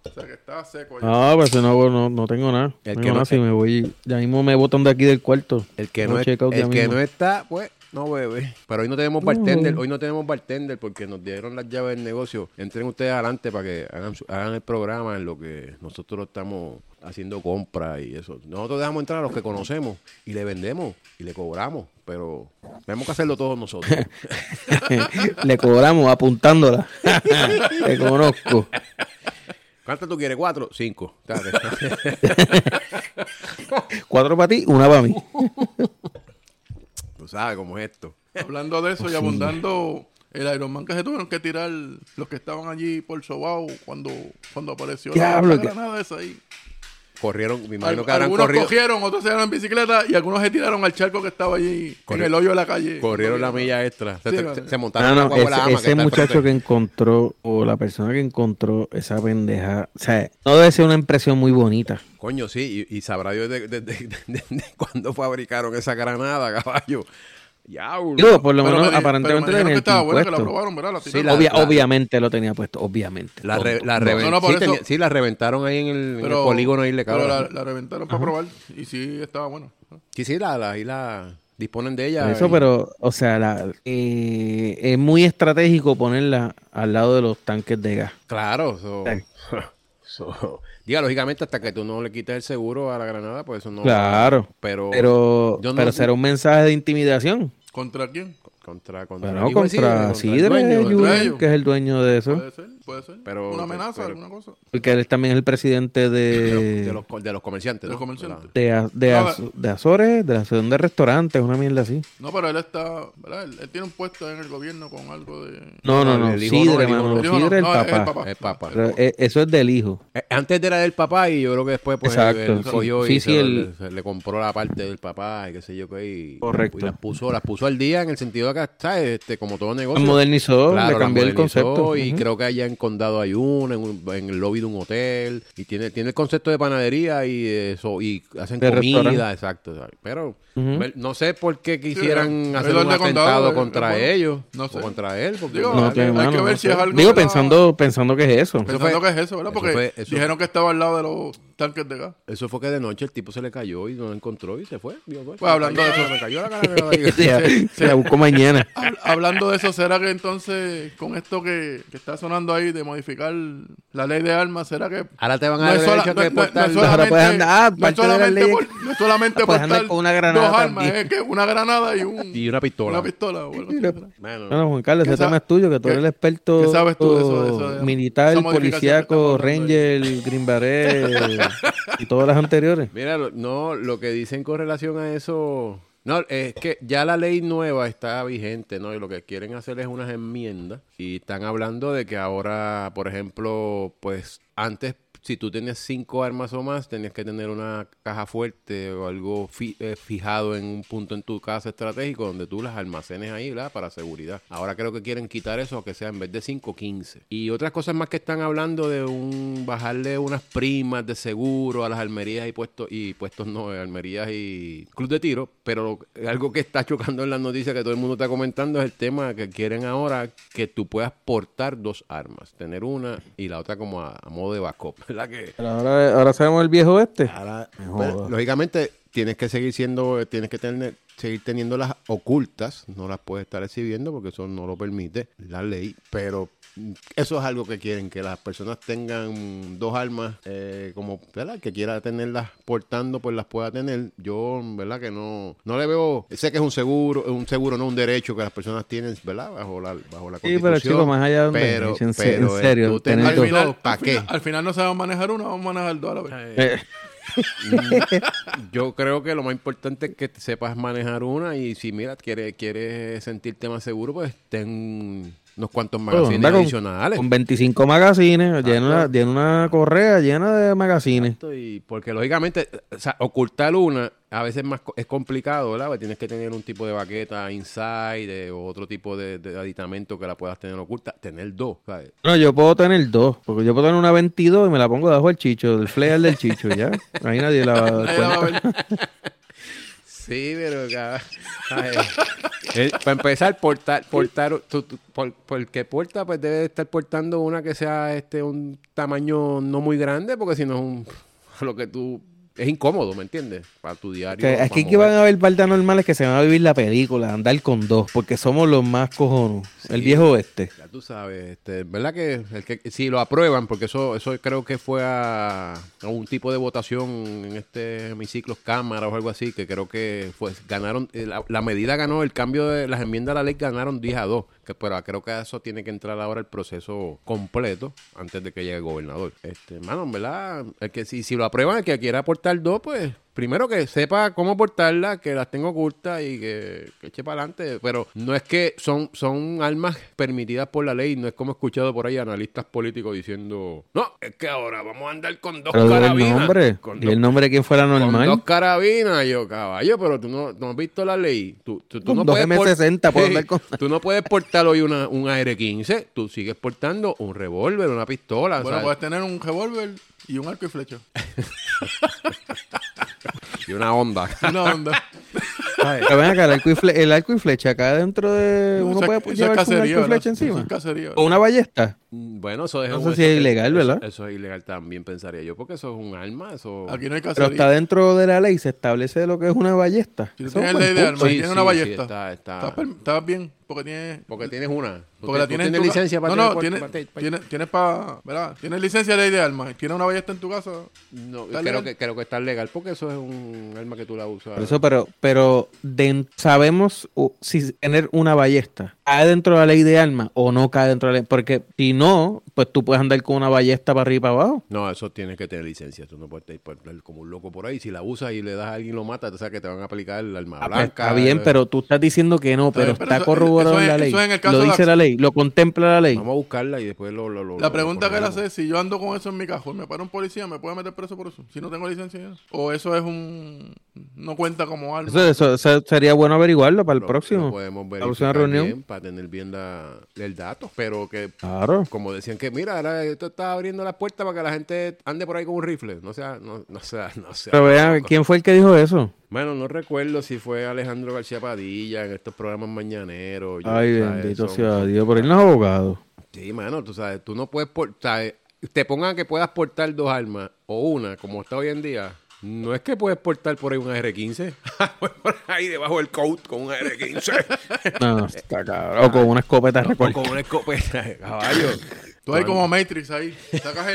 Speaker 2: O sea que está seco allá.
Speaker 3: Ah, pues no, no, no tengo nada.
Speaker 1: El que
Speaker 3: No tengo
Speaker 1: no-
Speaker 3: nada, si me voy. Ya mismo me botan de aquí del cuarto.
Speaker 1: El que
Speaker 3: Hago
Speaker 1: no, es-
Speaker 3: checkout ya
Speaker 1: el que
Speaker 3: mismo.
Speaker 1: no está, pues no bebe. Pero hoy no tenemos bartender, hoy no tenemos bartender porque nos dieron las llaves del negocio. Entren ustedes adelante para que hagan, su- hagan el programa en lo que nosotros estamos haciendo compras y eso. Nosotros dejamos entrar a los que conocemos y le vendemos y le cobramos, pero tenemos que hacerlo todos nosotros.
Speaker 3: Le cobramos apuntándola. Te conozco.
Speaker 1: ¿Cuánto tú quieres? ¿Cuatro? Cinco. Dale.
Speaker 3: Cuatro para ti, una para mí.
Speaker 1: tú sabes cómo es esto.
Speaker 2: Hablando de eso
Speaker 1: Oh,
Speaker 2: y abundando el Ironman que se tuvieron que tirar los que estaban allí por Sobao cuando, cuando apareció
Speaker 3: Diablo,
Speaker 2: la
Speaker 3: que-
Speaker 2: granada esa ahí.
Speaker 1: Corrieron, me imagino
Speaker 2: Al-
Speaker 1: que habrán
Speaker 2: algunos
Speaker 1: corrido.
Speaker 2: cogieron, otros se dieron en bicicleta y algunos se tiraron al charco que estaba allí
Speaker 1: Corri-
Speaker 2: en el hoyo de la calle.
Speaker 1: Corrieron la milla extra. Se,
Speaker 2: Sí,
Speaker 1: se-
Speaker 2: vale.
Speaker 1: se montaron
Speaker 3: No,
Speaker 1: en la
Speaker 3: no,
Speaker 1: guagua de la
Speaker 3: ese,
Speaker 1: ama
Speaker 3: ese
Speaker 1: está al
Speaker 3: muchacho
Speaker 1: frente.
Speaker 3: que encontró, o la persona que encontró esa pendeja, o sea, no debe ser una impresión muy bonita.
Speaker 1: Coño, sí, y, y sabrá Dios de, de- de- de- de- de cuándo fabricaron esa granada, caballo. Diablo.
Speaker 3: Digo, por lo
Speaker 2: Pero
Speaker 3: menos
Speaker 2: me di- pero me
Speaker 3: aparentemente
Speaker 2: dijeron
Speaker 3: tenía
Speaker 2: que
Speaker 3: el
Speaker 2: estaba bueno que la
Speaker 3: puesto.
Speaker 2: probaron, ¿verdad? La
Speaker 1: Sí,
Speaker 2: tiraron.
Speaker 1: la-
Speaker 3: Obvia-
Speaker 1: la-
Speaker 3: obviamente lo tenía puesto, obviamente.
Speaker 1: La, re- la
Speaker 3: No,
Speaker 1: reven-
Speaker 2: no, no, por
Speaker 1: sí,
Speaker 2: eso-
Speaker 1: tenía- sí, la reventaron ahí en el, en el polígono y le
Speaker 2: pero la,
Speaker 1: cabrón.
Speaker 2: la reventaron para probar y sí estaba bueno.
Speaker 1: Sí, sí, la, la, y la disponen de
Speaker 3: Por
Speaker 1: ella.
Speaker 3: Eso,
Speaker 1: y-
Speaker 3: pero, o sea, la- eh, es muy estratégico ponerla al lado de los tanques de gas.
Speaker 1: Claro, so-
Speaker 3: Sí.
Speaker 1: so- diga, lógicamente, hasta que tú no le quites el seguro a la granada, pues eso no.
Speaker 3: Claro.
Speaker 1: Pero,
Speaker 3: Pero,
Speaker 1: yo no-
Speaker 3: pero será un mensaje de intimidación.
Speaker 2: ¿Contra quién?
Speaker 1: ¿Eh? Contra, contra,
Speaker 3: Pero
Speaker 1: el
Speaker 3: no
Speaker 1: hijo de Sidre,
Speaker 3: contra
Speaker 1: el
Speaker 3: Sidre,
Speaker 1: dueño, el
Speaker 2: Junior.
Speaker 1: dueño.
Speaker 3: Julian, que es el dueño de eso.
Speaker 2: Puede ser, puede ser.
Speaker 1: Pero-
Speaker 2: Una amenaza,
Speaker 1: pero-
Speaker 2: alguna cosa.
Speaker 3: Porque él también es el presidente
Speaker 1: De los,
Speaker 3: de,
Speaker 1: de los co- de los comerciantes.
Speaker 2: De los
Speaker 1: ¿no? ¿Verdad?
Speaker 2: comerciantes.
Speaker 3: de, A- de
Speaker 2: No,
Speaker 3: Azo- de Azores, de la Asociación de Restaurantes, una mierda así.
Speaker 2: No, pero él está, ¿verdad? Él, él tiene un puesto en el gobierno con algo de...
Speaker 3: No, no,
Speaker 1: No,
Speaker 3: no,
Speaker 1: el hijo no,
Speaker 3: Ah, Sidre,
Speaker 1: el hijo
Speaker 3: mano,
Speaker 1: no.
Speaker 2: El hijo no,
Speaker 3: Sidre, el
Speaker 2: no, es el
Speaker 3: papá.
Speaker 2: papá.
Speaker 1: Es papá.
Speaker 3: Pero, eh, eso es del hijo.
Speaker 1: Eh, Antes era del papá y yo creo que después pues,
Speaker 3: Exacto,
Speaker 1: él
Speaker 3: sí.
Speaker 1: cogió y
Speaker 3: Sí,
Speaker 1: se
Speaker 3: sí,
Speaker 1: lo-
Speaker 3: el-
Speaker 1: le, se le compró la parte del papá y qué sé yo qué. Y,
Speaker 3: Correcto.
Speaker 1: y las puso, las puso al día en el sentido de que marca, ¿sabes? Este, como todo negocio.
Speaker 3: modernizó,
Speaker 1: Claro,
Speaker 3: le
Speaker 1: la
Speaker 3: cambió el
Speaker 1: modernizó
Speaker 3: concepto.
Speaker 1: Y
Speaker 3: Ujú.
Speaker 1: creo que allá en Condado hay una, en, un- en el lobby de un hotel. Y tiene, tiene el concepto de panadería y eso, y hacen
Speaker 3: De
Speaker 1: comida,
Speaker 3: restaurante.
Speaker 1: exacto. ¿sabes? Pero
Speaker 3: Ujú.
Speaker 1: ver, no sé por qué
Speaker 2: Sí,
Speaker 1: quisieran
Speaker 2: el-
Speaker 1: hacer
Speaker 2: el
Speaker 1: un
Speaker 2: de Condado,
Speaker 1: atentado
Speaker 2: eh,
Speaker 1: contra
Speaker 2: bueno,
Speaker 1: ellos
Speaker 2: no sé.
Speaker 1: o contra él. Porque
Speaker 2: Digo,
Speaker 1: no,
Speaker 3: No,
Speaker 2: hay-
Speaker 1: sé.
Speaker 3: tiene
Speaker 2: hay
Speaker 3: mano,
Speaker 2: que
Speaker 3: no
Speaker 2: ver si
Speaker 3: sé.
Speaker 2: es algo
Speaker 3: Digo,
Speaker 2: de la-
Speaker 3: pensando, pensando que es eso.
Speaker 1: Pero-
Speaker 2: Pensando
Speaker 1: fue-
Speaker 2: que es eso, ¿verdad?
Speaker 1: eso
Speaker 2: Porque
Speaker 1: fue- eso-
Speaker 2: dijeron que estaba al lado de los tanques de gas.
Speaker 1: eso fue que de noche el tipo se le cayó y no lo encontró y se fue. Digo, pues,
Speaker 2: Pues, hablando de eso-
Speaker 1: me cayó la cara de la barriga.
Speaker 3: Se la- se la busco mañana.
Speaker 2: Hab- Hablando de eso, ¿será que entonces con esto que, que está sonando ahí de modificar la ley de armas, ¿será que
Speaker 3: Ah,
Speaker 1: Ahora te van a
Speaker 2: no
Speaker 1: dar
Speaker 2: es, sola-
Speaker 1: derecho a
Speaker 2: no-
Speaker 1: que
Speaker 2: no- no es
Speaker 1: portar-
Speaker 3: sola-
Speaker 2: solamente,
Speaker 3: puedes andar- ah,
Speaker 2: no es
Speaker 3: parte de la
Speaker 2: solamente
Speaker 3: ley-
Speaker 2: por, no es solamente
Speaker 3: puedes andar
Speaker 2: portar
Speaker 3: con una granada
Speaker 2: dos armas,
Speaker 3: también.
Speaker 2: es que una granada y, un-
Speaker 1: y una pistola.
Speaker 2: una pistola. o algo así, ¿verdad?
Speaker 1: Mano,
Speaker 3: No, no, Juan Carlos,
Speaker 2: ¿Qué
Speaker 3: ese
Speaker 2: sa-
Speaker 3: tema es tuyo, que tú
Speaker 2: qué-
Speaker 3: eres el experto
Speaker 2: qué sabes tú de eso- de eso- de-
Speaker 3: militar,
Speaker 2: esa modificación que
Speaker 3: policíaco,
Speaker 2: estamos hablando
Speaker 3: ranger, green baret y todas las anteriores.
Speaker 1: Mira, lo- no, lo que dicen con relación a eso. No, es que ya la ley nueva está vigente, ¿no? Y lo que quieren hacer es unas enmiendas. Y están hablando de que ahora, por ejemplo, pues antes, si tú tenías cinco armas o más, tenías que tener una caja fuerte o algo fi- eh, fijado en un punto en tu casa estratégico donde tú las almacenes ahí, ¿verdad? Para seguridad. Ahora creo que quieren quitar eso, que sea en vez de 5, 15. Y otras cosas más que están hablando de un bajarle unas primas de seguro a las almerías y puestos, y puestos no, eh, almerías y club de tiro. Pero algo que está chocando en las noticias que todo el mundo está comentando es el tema que quieren ahora que tú puedas portar dos armas, tener una y la otra como a, a modo de backup, ¿verdad? Que
Speaker 3: Pero ahora, ahora sabemos el viejo este.
Speaker 1: Ahora,
Speaker 3: Me
Speaker 1: pero,
Speaker 3: joda.
Speaker 1: lógicamente, tienes que seguir siendo, tienes que tener, seguir teniendo las ocultas, no las puedes estar exhibiendo porque eso no lo permite la ley, pero mm, eso es algo que quieren, que las personas tengan dos armas, eh, como, ¿verdad? El Que quiera tenerlas portando, pues las pueda tener. Yo, ¿verdad? Que no, no le veo, sé que es un seguro, un seguro, no un derecho que las personas tienen, ¿verdad? Bajo la, bajo la
Speaker 3: Sí,
Speaker 1: constitución.
Speaker 3: pero chico, más allá de donde
Speaker 1: pero,
Speaker 3: en, se-
Speaker 1: pero,
Speaker 3: en
Speaker 1: eh,
Speaker 3: serio,
Speaker 1: tú
Speaker 3: tener
Speaker 1: tener
Speaker 2: Al
Speaker 3: dos-
Speaker 2: final,
Speaker 1: ¿pa'
Speaker 2: al final-
Speaker 1: qué?
Speaker 2: al final no sabemos manejar una, vamos a manejar dos a la vez.
Speaker 3: Eh,
Speaker 1: Yo creo que lo más importante es que te sepas manejar una y si mira, quieres, quieres sentirte más seguro, pues ten unos cuantos
Speaker 3: bueno,
Speaker 1: magazines
Speaker 3: anda con-
Speaker 1: adicionales.
Speaker 3: Con 25 magazines, llena, una- llena una correa llena de magazines.
Speaker 1: Y porque lógicamente, o sea, ocultar una a veces más co- es complicado, ¿verdad? Porque tienes que tener un tipo de baqueta inside eh, o otro tipo de, de aditamento que la puedas tener oculta. Tener dos, ¿sabes?
Speaker 3: No, yo puedo tener dos, porque yo puedo tener una 22 y me la pongo debajo del chicho, del flare del chicho, ya. Ahí nadie la va a dar
Speaker 2: Nadie la va a
Speaker 3: cuenta.
Speaker 2: ver.
Speaker 1: Sí, pero ca- ay. Eh, para empezar, portar, portar tú- tú- por- porque porta, pues debe estar portando una que sea este un tamaño no muy grande, porque si no es un lo que tú es incómodo, ¿me entiendes? Para tu diario.
Speaker 3: Que
Speaker 1: para
Speaker 3: aquí que
Speaker 1: mover.
Speaker 3: van a haber partes normales que se van a vivir la película, andar con dos, porque somos los más cojones. El viejo este.
Speaker 1: Ya tú sabes, este, ¿verdad que, el que si lo aprueban? Porque eso eso creo que fue a, a un tipo de votación en este hemiciclo, Cámara o algo así, que creo que pues ganaron, eh, la, la medida ganó, el cambio de las enmiendas a la ley ganaron 10 a 2, que, pero creo que a eso tiene que entrar ahora el proceso completo antes de que llegue el gobernador. Este, mano, en ¿verdad? El que si, si lo aprueban, el que quiera aportar dos, pues primero que sepa cómo portarla, que las tengo ocultas y que, que eche para adelante. Pero no es que son, son armas permitidas por la ley, no es como he escuchado por ahí analistas políticos diciendo, no, es que ahora vamos a andar con dos
Speaker 3: Pero di el
Speaker 1: carabinas.
Speaker 3: nombre.
Speaker 1: Con
Speaker 3: Y
Speaker 1: dos-
Speaker 3: el nombre de quien fuera
Speaker 1: con dos
Speaker 3: normal.
Speaker 1: carabinas, yo caballo, pero tú no, no has visto la ley. Tú, tú, tú
Speaker 3: Con
Speaker 1: no
Speaker 3: dos
Speaker 1: puedes por-
Speaker 3: M60 puedo andar con-
Speaker 1: Tú no puedes portar hoy una, un AR-15, tú sigues portando un revólver, una pistola.
Speaker 2: Bueno,
Speaker 1: ¿sabes?
Speaker 2: puedes tener un revólver y un arco y flecha.
Speaker 1: Y una onda.
Speaker 2: Una onda.
Speaker 3: Pero ven acá, el arco, y fle- el arco y flecha acá dentro de... Uno
Speaker 2: Eso
Speaker 3: puede
Speaker 2: es- eso es
Speaker 3: llevar con un arco y
Speaker 2: ¿verdad?
Speaker 3: flecha
Speaker 2: Eso es
Speaker 3: encima. Oh.
Speaker 2: cacería.
Speaker 3: O una ballesta.
Speaker 1: Mm, Bueno, eso es,
Speaker 3: No sé
Speaker 1: un-
Speaker 3: si es ilegal,
Speaker 1: eso-
Speaker 3: ¿verdad?
Speaker 1: Eso es ilegal también, pensaría yo, porque eso es un arma, eso...
Speaker 2: Aquí no hay
Speaker 3: Pero
Speaker 2: cacería.
Speaker 3: está dentro de la ley, se establece lo que es una ballesta.
Speaker 2: Si tú
Speaker 3: Eso es
Speaker 2: tienes
Speaker 3: un
Speaker 2: ley de
Speaker 3: buen
Speaker 2: armas y
Speaker 1: Sí,
Speaker 2: tienes
Speaker 1: sí,
Speaker 2: una
Speaker 1: sí,
Speaker 2: ballesta,
Speaker 1: está- está-
Speaker 2: estás per- estás bien porque tienes...
Speaker 1: Porque tienes una. ¿Tú
Speaker 2: Porque
Speaker 1: te-
Speaker 2: la
Speaker 1: tú
Speaker 2: tienes, en
Speaker 1: tienes
Speaker 2: tu ca-
Speaker 1: licencia para
Speaker 2: No, no,
Speaker 1: tener-
Speaker 2: tienes,
Speaker 1: para- para-
Speaker 2: tienes, tienes pa- ¿verdad? Tienes licencia de ley de armas. Tienes una ballesta en tu casa.
Speaker 1: No,
Speaker 2: ¿Está
Speaker 1: creo
Speaker 2: legal?
Speaker 1: que, creo que está legal, porque eso es un arma que tú la usas.
Speaker 3: Por eso, pero, pero den- sabemos uh, si tener una ballesta cae dentro de la ley de armas o no cae dentro de la ley. Porque si no, pues tú puedes andar con una ballesta para arriba y para abajo.
Speaker 1: No, eso tienes que tener licencia. Tú no puedes ir por- por- como un loco por ahí. Si la usas y le das a alguien y lo mata, tú sabes que te van a aplicar el arma
Speaker 3: Ah, pues,
Speaker 1: blanca.
Speaker 3: está bien,
Speaker 1: eh,
Speaker 3: pero tú estás diciendo que no, pero
Speaker 2: bien,
Speaker 3: está,
Speaker 2: pero eso-
Speaker 3: elaborado
Speaker 2: Eso es-
Speaker 3: la ley.
Speaker 2: eso es en el caso
Speaker 3: lo
Speaker 2: de la-
Speaker 3: dice la... ley, lo contempla la ley.
Speaker 1: Vamos a buscarla y después lo. lo- lo-
Speaker 2: La
Speaker 1: lo
Speaker 2: pregunta que él
Speaker 1: ponemos.
Speaker 2: hace es, si yo ando con eso en mi cajón, ¿me para un policía? ¿Me puede meter preso por eso? Si no tengo licencia. ya. O eso es un... no cuenta como arma.
Speaker 3: Eso, eso- eso sería bueno averiguarlo para el
Speaker 1: Lo-
Speaker 3: próximo.
Speaker 1: lo podemos ver
Speaker 3: próxima reunión.
Speaker 1: para tener bien la- el dato. Pero que,
Speaker 3: Claro.
Speaker 1: como decían que, mira, ahora esto está abriendo las puertas para que la gente ande por ahí con un rifle. No sea, no, no sea, no sea.
Speaker 3: Pero vean, ¿quién fue el que dijo eso?
Speaker 1: Bueno, no recuerdo si fue Alejandro García Padilla en estos programas mañaneros. yo,
Speaker 3: Ay,
Speaker 1: ¿sabes?
Speaker 3: bendito
Speaker 1: Son-
Speaker 3: sea Dios, por él no es abogado.
Speaker 1: Sí, mano, tú sabes, tú no puedes portar, te pongan que puedas portar dos armas o una, como está hoy en día. No es que puedes portar por ahí una R15, por ahí debajo del coat con una R15
Speaker 3: No, no, está cabrón. O con una escopeta
Speaker 1: o
Speaker 3: recortada.
Speaker 1: con una escopeta, caballo.
Speaker 2: Tú ahí como Matrix ahí. Sacas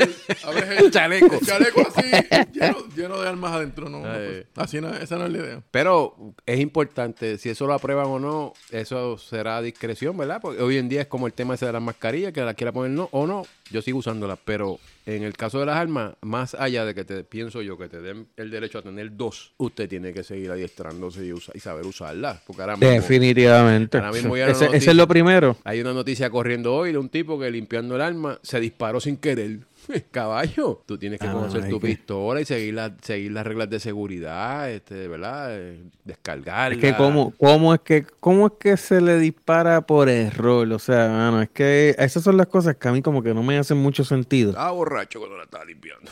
Speaker 2: el... Abres el
Speaker 1: Chaleco.
Speaker 2: el chaleco así, lleno, lleno de armas adentro. No, no,
Speaker 1: Ay.
Speaker 2: pues, así no, esa no es la idea.
Speaker 1: Pero es importante, si eso lo aprueban o no, eso será a discreción, ¿verdad? Porque hoy en día es como el tema ese de las mascarillas, que la quiera poner no, o no, yo sigo usándolas. Pero en el caso de las armas, más allá de que te pienso yo que te den el derecho a tener dos, usted tiene que seguir adiestrándose y, usa- y saber usarlas. Porque ahora mismo
Speaker 3: Definitivamente.
Speaker 1: Ahora mismo ya no
Speaker 3: Ese,
Speaker 1: nos
Speaker 3: ese
Speaker 1: dice.
Speaker 3: es lo primero.
Speaker 1: hay una noticia corriendo hoy de un tipo que limpiando el arma se disparó sin querer. Caballo, tú tienes que
Speaker 3: Ah,
Speaker 1: conocer
Speaker 3: hay
Speaker 1: tu
Speaker 3: que-
Speaker 1: pistola y seguir, las seguir las reglas de seguridad, este, ¿verdad? Eh, Descargarla.
Speaker 3: Es que cómo, cómo es que cómo es que se le dispara por error, o sea, mano, es que esas son las cosas que a mí como que no me hacen mucho sentido.
Speaker 1: Estaba borracho cuando la estaba limpiando.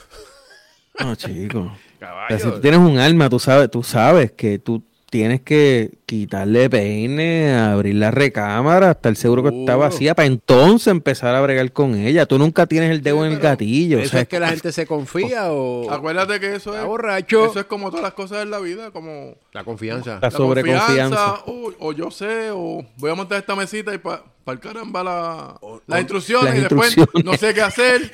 Speaker 3: No, chico. O sea, si
Speaker 1: Caballo.
Speaker 3: tú tienes un alma, tú sabes, tú sabes que tú tienes que quitarle peine, abrir la recámara, estar seguro que está
Speaker 1: Seguro.
Speaker 3: vacía, para entonces empezar a bregar con ella. Tú nunca tienes el dedo en el gatillo. o
Speaker 1: ¿Eso
Speaker 3: sea,
Speaker 1: es que la gente se confía o
Speaker 2: Acuérdate que eso
Speaker 1: Oh. está
Speaker 2: es...
Speaker 1: borracho?
Speaker 2: Eso es como todas las cosas en la vida, como...
Speaker 1: La confianza.
Speaker 3: La sobreconfianza.
Speaker 2: confianza, O, o yo sé, o voy a montar esta mesita y para el caramba la, las
Speaker 1: o-
Speaker 2: instrucciones
Speaker 3: las
Speaker 2: y después
Speaker 3: instrucciones.
Speaker 2: no sé qué hacer.